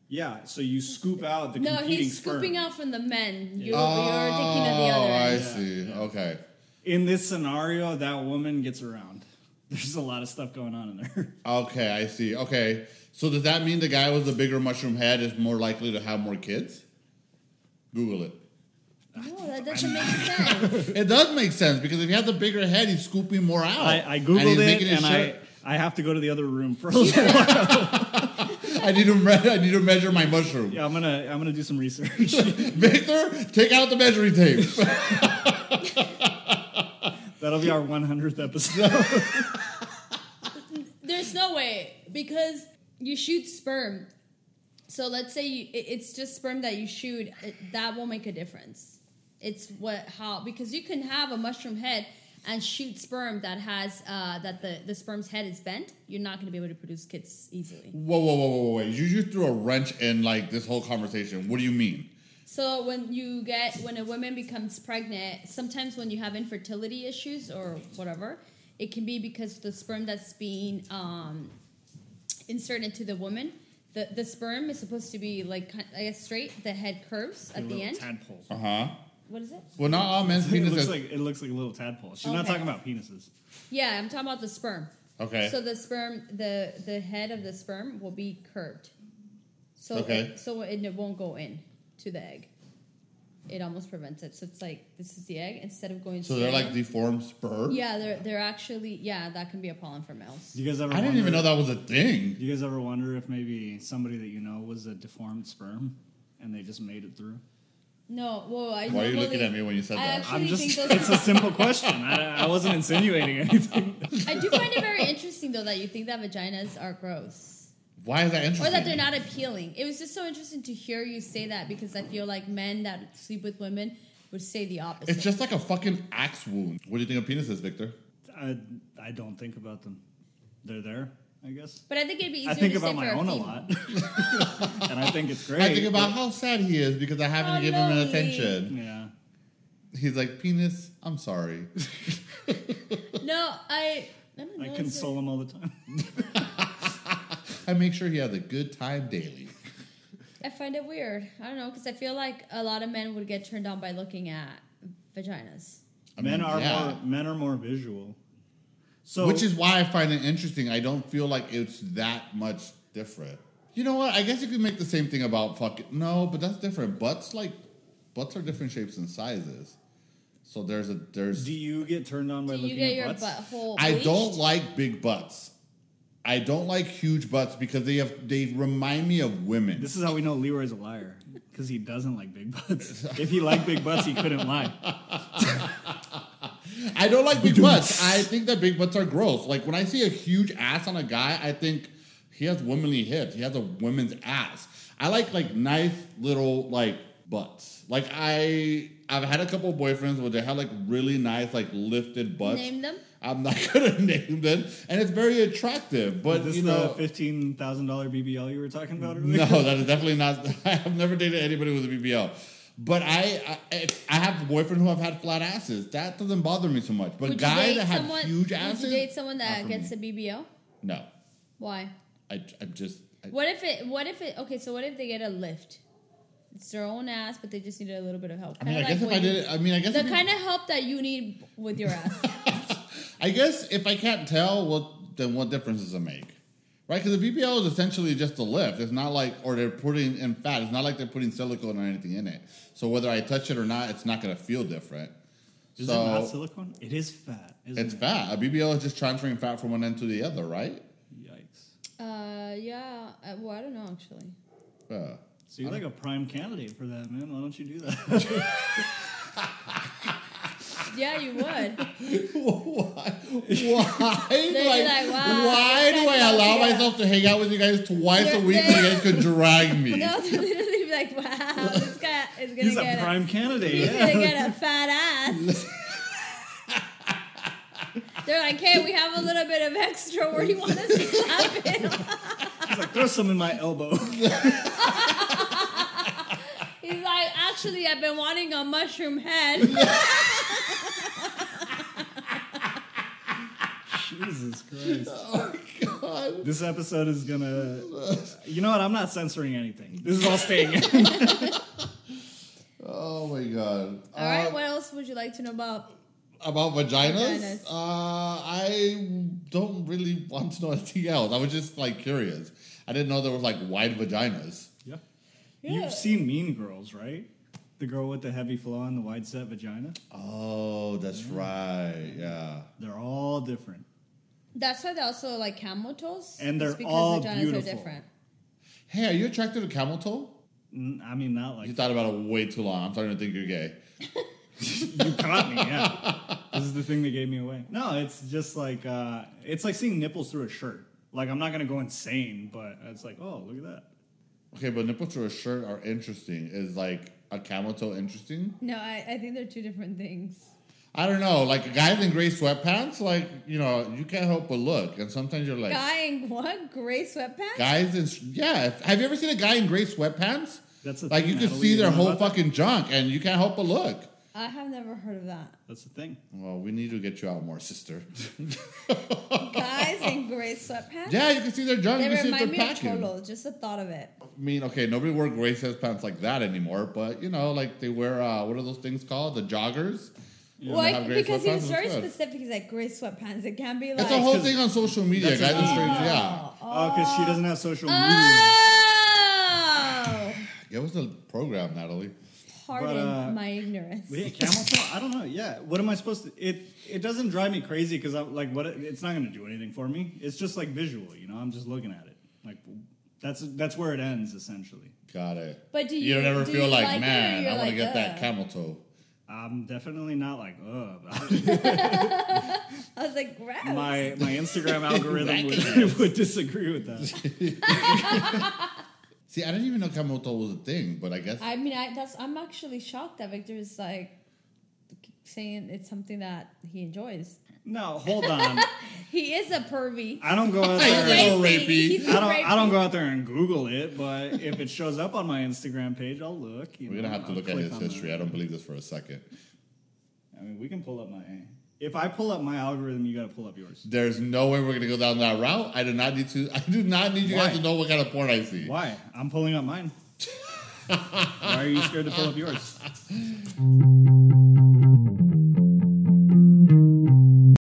Speaker 1: yeah so you scoop out the
Speaker 2: No,
Speaker 1: competing
Speaker 2: he's
Speaker 1: sperm
Speaker 2: scooping out from the men. You're, you're thinking of the
Speaker 3: Oh,
Speaker 2: other
Speaker 3: I
Speaker 2: end.
Speaker 3: see. Okay.
Speaker 1: in this scenario that woman gets around there's a lot of stuff going on in there
Speaker 3: Okay, I see. Okay. So does that mean the guy with the bigger mushroom head is more likely to have more kids? Google it.
Speaker 2: No, that doesn't make sense.
Speaker 3: It does make sense because if you have the bigger head, he's scooping more out.
Speaker 1: I, I
Speaker 3: And
Speaker 1: googled
Speaker 3: he's
Speaker 1: it
Speaker 3: making his
Speaker 1: and
Speaker 3: shirt-
Speaker 1: I, I have to go to the other room for a little while.
Speaker 3: I need to me- I need to measure my mushroom.
Speaker 1: yeah, I'm gonna I'm gonna do some research.
Speaker 3: Victor, take out the measuring tape.
Speaker 1: That'll be our 100th episode.
Speaker 2: There's no way because you shoot sperm. So let's say you, it- it's just sperm that you shoot. It, that won't make a difference. It's what how because you can have a mushroom head and shoot sperm that has uh, that the the sperm's head is bent. You're not going to be able to produce kids easily.
Speaker 3: Whoa, whoa, whoa, whoa, whoa, wait. You just threw a wrench in like this whole conversation. What do you mean?
Speaker 2: So when you get when a woman becomes pregnant, sometimes when you have infertility issues or whatever, it can be because the sperm that's being um, inserted into the woman, the, the sperm is supposed to be like ki- I guess straight, the head curves at the
Speaker 1: Little
Speaker 2: end.
Speaker 1: Tadpole.
Speaker 3: Uh huh.
Speaker 2: what is it?
Speaker 3: Well, not all men's
Speaker 1: it
Speaker 3: penises.
Speaker 1: looks like it looks like a little tadpole. She's not
Speaker 2: Okay.
Speaker 1: talking about penises.
Speaker 2: Yeah, I'm talking about the sperm.
Speaker 3: okay.
Speaker 2: So the sperm, the the head of the sperm will be curved. So
Speaker 3: Okay.
Speaker 2: it, so it, it won't go in to the egg. It almost prevents it. So it's like this is the egg instead of going.
Speaker 3: so they're
Speaker 2: straight
Speaker 3: like
Speaker 2: in.
Speaker 3: deformed spur.
Speaker 2: Yeah, they're they're actually yeah, that can be a pollen for males.
Speaker 1: Do you guys ever?
Speaker 3: I didn't
Speaker 1: wonder,
Speaker 3: even know that was a thing.
Speaker 1: Do you guys ever wonder if maybe somebody that you know was a deformed sperm and they just made it through?
Speaker 2: No, well, I
Speaker 3: Why are you
Speaker 2: normally-
Speaker 3: looking at me when you said
Speaker 2: I
Speaker 3: that?
Speaker 2: actually
Speaker 1: I'm
Speaker 2: think
Speaker 1: just—it's
Speaker 2: those.
Speaker 1: a simple question. I, I wasn't insinuating anything.
Speaker 2: I do find it very interesting though that you think that vaginas are gross
Speaker 3: Why is that interesting?
Speaker 2: or that they're not appealing. It was just so interesting to hear you say that because I feel like men that sleep with women would say the opposite.
Speaker 3: It's just like a fucking axe wound. What do you think of penises, Victor?
Speaker 1: I, I don't think about them. They're there, I guess.
Speaker 2: but I think it'd be easier
Speaker 1: I think
Speaker 2: to
Speaker 1: about
Speaker 2: say
Speaker 1: my
Speaker 2: for
Speaker 1: own a
Speaker 2: female.
Speaker 1: lot, and I think it's great.
Speaker 3: I think about how sad he is because I haven't
Speaker 2: How
Speaker 3: given him
Speaker 2: lonely.
Speaker 1: but-
Speaker 3: attention.
Speaker 1: yeah.
Speaker 3: He's like, penis, I'm sorry.
Speaker 2: No, I. I, don't know,
Speaker 1: I
Speaker 2: it's
Speaker 1: console them all the time.
Speaker 3: I make sure he has a good time daily.
Speaker 2: I find it weird. I don't know because I feel like a lot of men would get turned on by looking at vaginas.
Speaker 3: I
Speaker 1: men
Speaker 3: mean,
Speaker 1: are
Speaker 3: yeah.
Speaker 1: more men are more visual. So
Speaker 3: Which is why I find it interesting. I don't feel like it's that much different. You know what? I guess you could make the same thing about fucking no, but that's different. Butts like butts are different shapes and sizes. So there's a there's
Speaker 1: do you get turned on by
Speaker 2: Do you
Speaker 1: looking
Speaker 2: get
Speaker 1: at
Speaker 2: your
Speaker 1: butts?
Speaker 2: butthole?
Speaker 3: I don't
Speaker 2: bleached?
Speaker 3: like big butts. I don't like huge butts because they have they remind me of women.
Speaker 1: This is how we know Leroy's a liar because he doesn't like big butts. if he liked big butts, he couldn't lie.
Speaker 3: I don't like big butts. I think that big butts are gross. Like when I see a huge ass on a guy, I think he has womanly hips. He has a woman's ass. I like like nice little like butts. Like I I've had a couple of boyfriends where they had like really nice like lifted butts.
Speaker 2: Name them?
Speaker 3: I'm not gonna name them, and it's very attractive. But
Speaker 1: Is this
Speaker 3: you
Speaker 1: the
Speaker 3: know,
Speaker 1: fifteen thousand dollar BBL you were talking about earlier?
Speaker 3: no, that is definitely not. I've never dated anybody with a BBL. But I, I, if I have a boyfriend who have had flat asses. That doesn't bother me so much. But
Speaker 2: Would you
Speaker 3: guy
Speaker 2: date
Speaker 3: that had
Speaker 2: someone-
Speaker 3: huge asses,
Speaker 2: Would you date someone
Speaker 3: not
Speaker 2: that
Speaker 3: for
Speaker 2: gets
Speaker 3: me.
Speaker 2: a BBL?
Speaker 3: no.
Speaker 2: Why?
Speaker 3: I, I'm just. I,
Speaker 2: What if it? What if it? Okay, so what if they get a lift? It's their own ass, but they just needed a little bit of help.
Speaker 3: I mean, I
Speaker 2: Kinda
Speaker 3: guess if
Speaker 2: like
Speaker 3: I
Speaker 2: when you-
Speaker 3: did it, I mean, I guess.
Speaker 2: the
Speaker 3: if-
Speaker 2: kind of help that you need with your ass.
Speaker 3: I guess if I can't tell, what then what difference does it make? Right? Because the BBL is essentially just a lift. It's not like, or they're putting in fat. It's not like they're putting silicone or anything in it. So whether I touch it or not, it's not going to feel different.
Speaker 1: Is
Speaker 3: so
Speaker 1: it not silicone? It is fat. Isn't
Speaker 2: Mm-hmm.
Speaker 3: it's
Speaker 1: it?
Speaker 3: fat. A BBL is just transferring fat from one end to the other, right?
Speaker 1: Yikes.
Speaker 2: uh, yeah. Uh, well, I don't know actually.
Speaker 3: Yeah.
Speaker 1: So you're like a prime candidate for that, man. Why don't you do that?
Speaker 2: Yeah, you would.
Speaker 3: why? Why? do
Speaker 2: be
Speaker 3: I-
Speaker 2: like, wow,
Speaker 3: why
Speaker 2: this
Speaker 3: do
Speaker 2: guy's
Speaker 3: I
Speaker 2: all
Speaker 3: allow
Speaker 2: together.
Speaker 3: myself to hang out with you guys twice a
Speaker 2: You're
Speaker 3: week so you
Speaker 2: there.
Speaker 3: guys could drag me?
Speaker 2: No, they'd literally be like, "Wow, this guy is gonna
Speaker 1: He's a
Speaker 2: get
Speaker 1: prime candidate.
Speaker 2: he's
Speaker 1: yeah.
Speaker 2: gonna get a fat ass." They're like, "Hey, we have a little bit of extra. Where do you want us to slap it?"
Speaker 1: He's like, throw some in my elbow.
Speaker 2: He's like, "Actually, I've been wanting a mushroom head."
Speaker 1: Jesus Christ.
Speaker 3: Oh, God.
Speaker 1: This episode is gonna. You know what? I'm not censoring anything. This is all staying. in.
Speaker 3: Oh my god!
Speaker 2: All right,
Speaker 3: Uh,
Speaker 2: what else would you like to know about?
Speaker 3: about vaginas,
Speaker 2: Vaginas.
Speaker 3: Uh, I don't really want to know anything else. I was just like curious. I didn't know there was like wide vaginas.
Speaker 1: yeah.
Speaker 2: Yeah.
Speaker 1: You've seen Mean Girls, right? The girl with the heavy flow and the wide set vagina.
Speaker 3: Oh, that's right. Yeah,
Speaker 1: They're all different.
Speaker 2: That's why they're also like camel toes,
Speaker 1: And they're
Speaker 2: It's because
Speaker 1: all
Speaker 2: vaginas
Speaker 1: beautiful.
Speaker 2: Are different.
Speaker 3: Hey, are you attracted to camel toe?
Speaker 1: Mm, I mean, not
Speaker 3: You
Speaker 1: like
Speaker 3: thought about it way too long. I'm starting to think you're gay.
Speaker 1: you caught me. Yeah, this is the thing that gave me away. No, it's just like uh, it's like seeing nipples through a shirt. Like I'm not gonna go insane, but it's like, oh, look at that.
Speaker 3: Okay, but nipples through a shirt are interesting. Is like a camel toe interesting?
Speaker 2: No, I, I think they're two different things.
Speaker 3: I don't know. Like guys in gray sweatpants, like you know, you can't help but look. And sometimes you're like,
Speaker 2: Guy in what? Gray sweatpants?
Speaker 3: guys in yeah. if- Have you ever seen a guy in gray sweatpants?
Speaker 1: That's the
Speaker 3: like
Speaker 1: thing,
Speaker 3: you can
Speaker 1: Natalie,
Speaker 3: see
Speaker 1: you
Speaker 3: their
Speaker 1: know
Speaker 3: whole
Speaker 1: about that?
Speaker 3: fucking junk, and you can't help but look.
Speaker 2: I have never heard of that.
Speaker 1: That's the thing.
Speaker 3: Well, we need to get you out more, sister.
Speaker 2: Guys in gray sweatpants?
Speaker 3: yeah, you can see their junk.
Speaker 2: They
Speaker 3: You can see
Speaker 2: remind
Speaker 3: if
Speaker 2: me
Speaker 3: they're
Speaker 2: of
Speaker 3: packing. I
Speaker 2: cholos, just the thought of it.
Speaker 3: mean, okay, nobody wear gray sweatpants like that anymore, but you know, like they wear uh, what are those things called? The joggers.
Speaker 2: well,
Speaker 3: they have
Speaker 2: I,
Speaker 3: gray
Speaker 2: because he
Speaker 3: sweatpants,
Speaker 2: was very
Speaker 3: it's good.
Speaker 2: specific. He's like, gray sweatpants. It can't be like.
Speaker 3: It's a whole
Speaker 1: 'cause-
Speaker 3: thing on social media, guys.
Speaker 1: That's
Speaker 3: and
Speaker 1: what-
Speaker 3: strangers, yeah.
Speaker 1: Oh, because she doesn't have social
Speaker 2: Ah!
Speaker 1: media.
Speaker 2: Oh!
Speaker 3: It was the program, Natalie.
Speaker 2: Pardon
Speaker 1: uh,
Speaker 2: my ignorance.
Speaker 1: But yeah, camel toe. I don't know. Yeah, what am I supposed to? It it doesn't drive me crazy because I'm like, what? It's not gonna do anything for me. It's just like visual. You know, I'm just looking at it. Like that's that's where it ends essentially.
Speaker 3: Got it.
Speaker 2: But do
Speaker 3: You
Speaker 2: you-
Speaker 3: don't ever
Speaker 2: do
Speaker 3: feel
Speaker 2: you
Speaker 3: like,
Speaker 2: like it or
Speaker 3: man,
Speaker 2: you're
Speaker 3: I want to
Speaker 2: like,
Speaker 3: get that
Speaker 2: "Ugh."
Speaker 3: camel toe.
Speaker 1: I'm definitely not like ugh. about it.
Speaker 2: I was like, gross.
Speaker 1: my my Instagram algorithm would, would disagree with that.
Speaker 3: See, I didn't even know camel toe was a thing, but I guess
Speaker 2: I mean, I, that's, I'm actually shocked that Victor is like saying it's something that he enjoys.
Speaker 1: No, hold on.
Speaker 2: He is a pervy.
Speaker 1: I don't go out
Speaker 3: He's a
Speaker 1: there.
Speaker 3: little
Speaker 2: Rapey.
Speaker 3: rapey.
Speaker 2: He's
Speaker 1: I
Speaker 2: a
Speaker 1: don't. I
Speaker 2: rapey.
Speaker 1: don't go out there and Google it, but if it shows up on my Instagram page, I'll look. you
Speaker 3: We're gonna
Speaker 1: know,
Speaker 3: have to
Speaker 1: I'll
Speaker 3: look at
Speaker 1: click
Speaker 3: his
Speaker 1: on that.
Speaker 3: history. I don't believe this for a second.
Speaker 1: I mean, we can pull up my If I pull up my algorithm, you got to pull up yours.
Speaker 3: There's no way we're gonna go down that route. I do not need to. I do not need you
Speaker 1: Why?
Speaker 3: guys to know what kind of porn I see.
Speaker 1: Why? I'm pulling up mine. Why are you scared to pull up yours?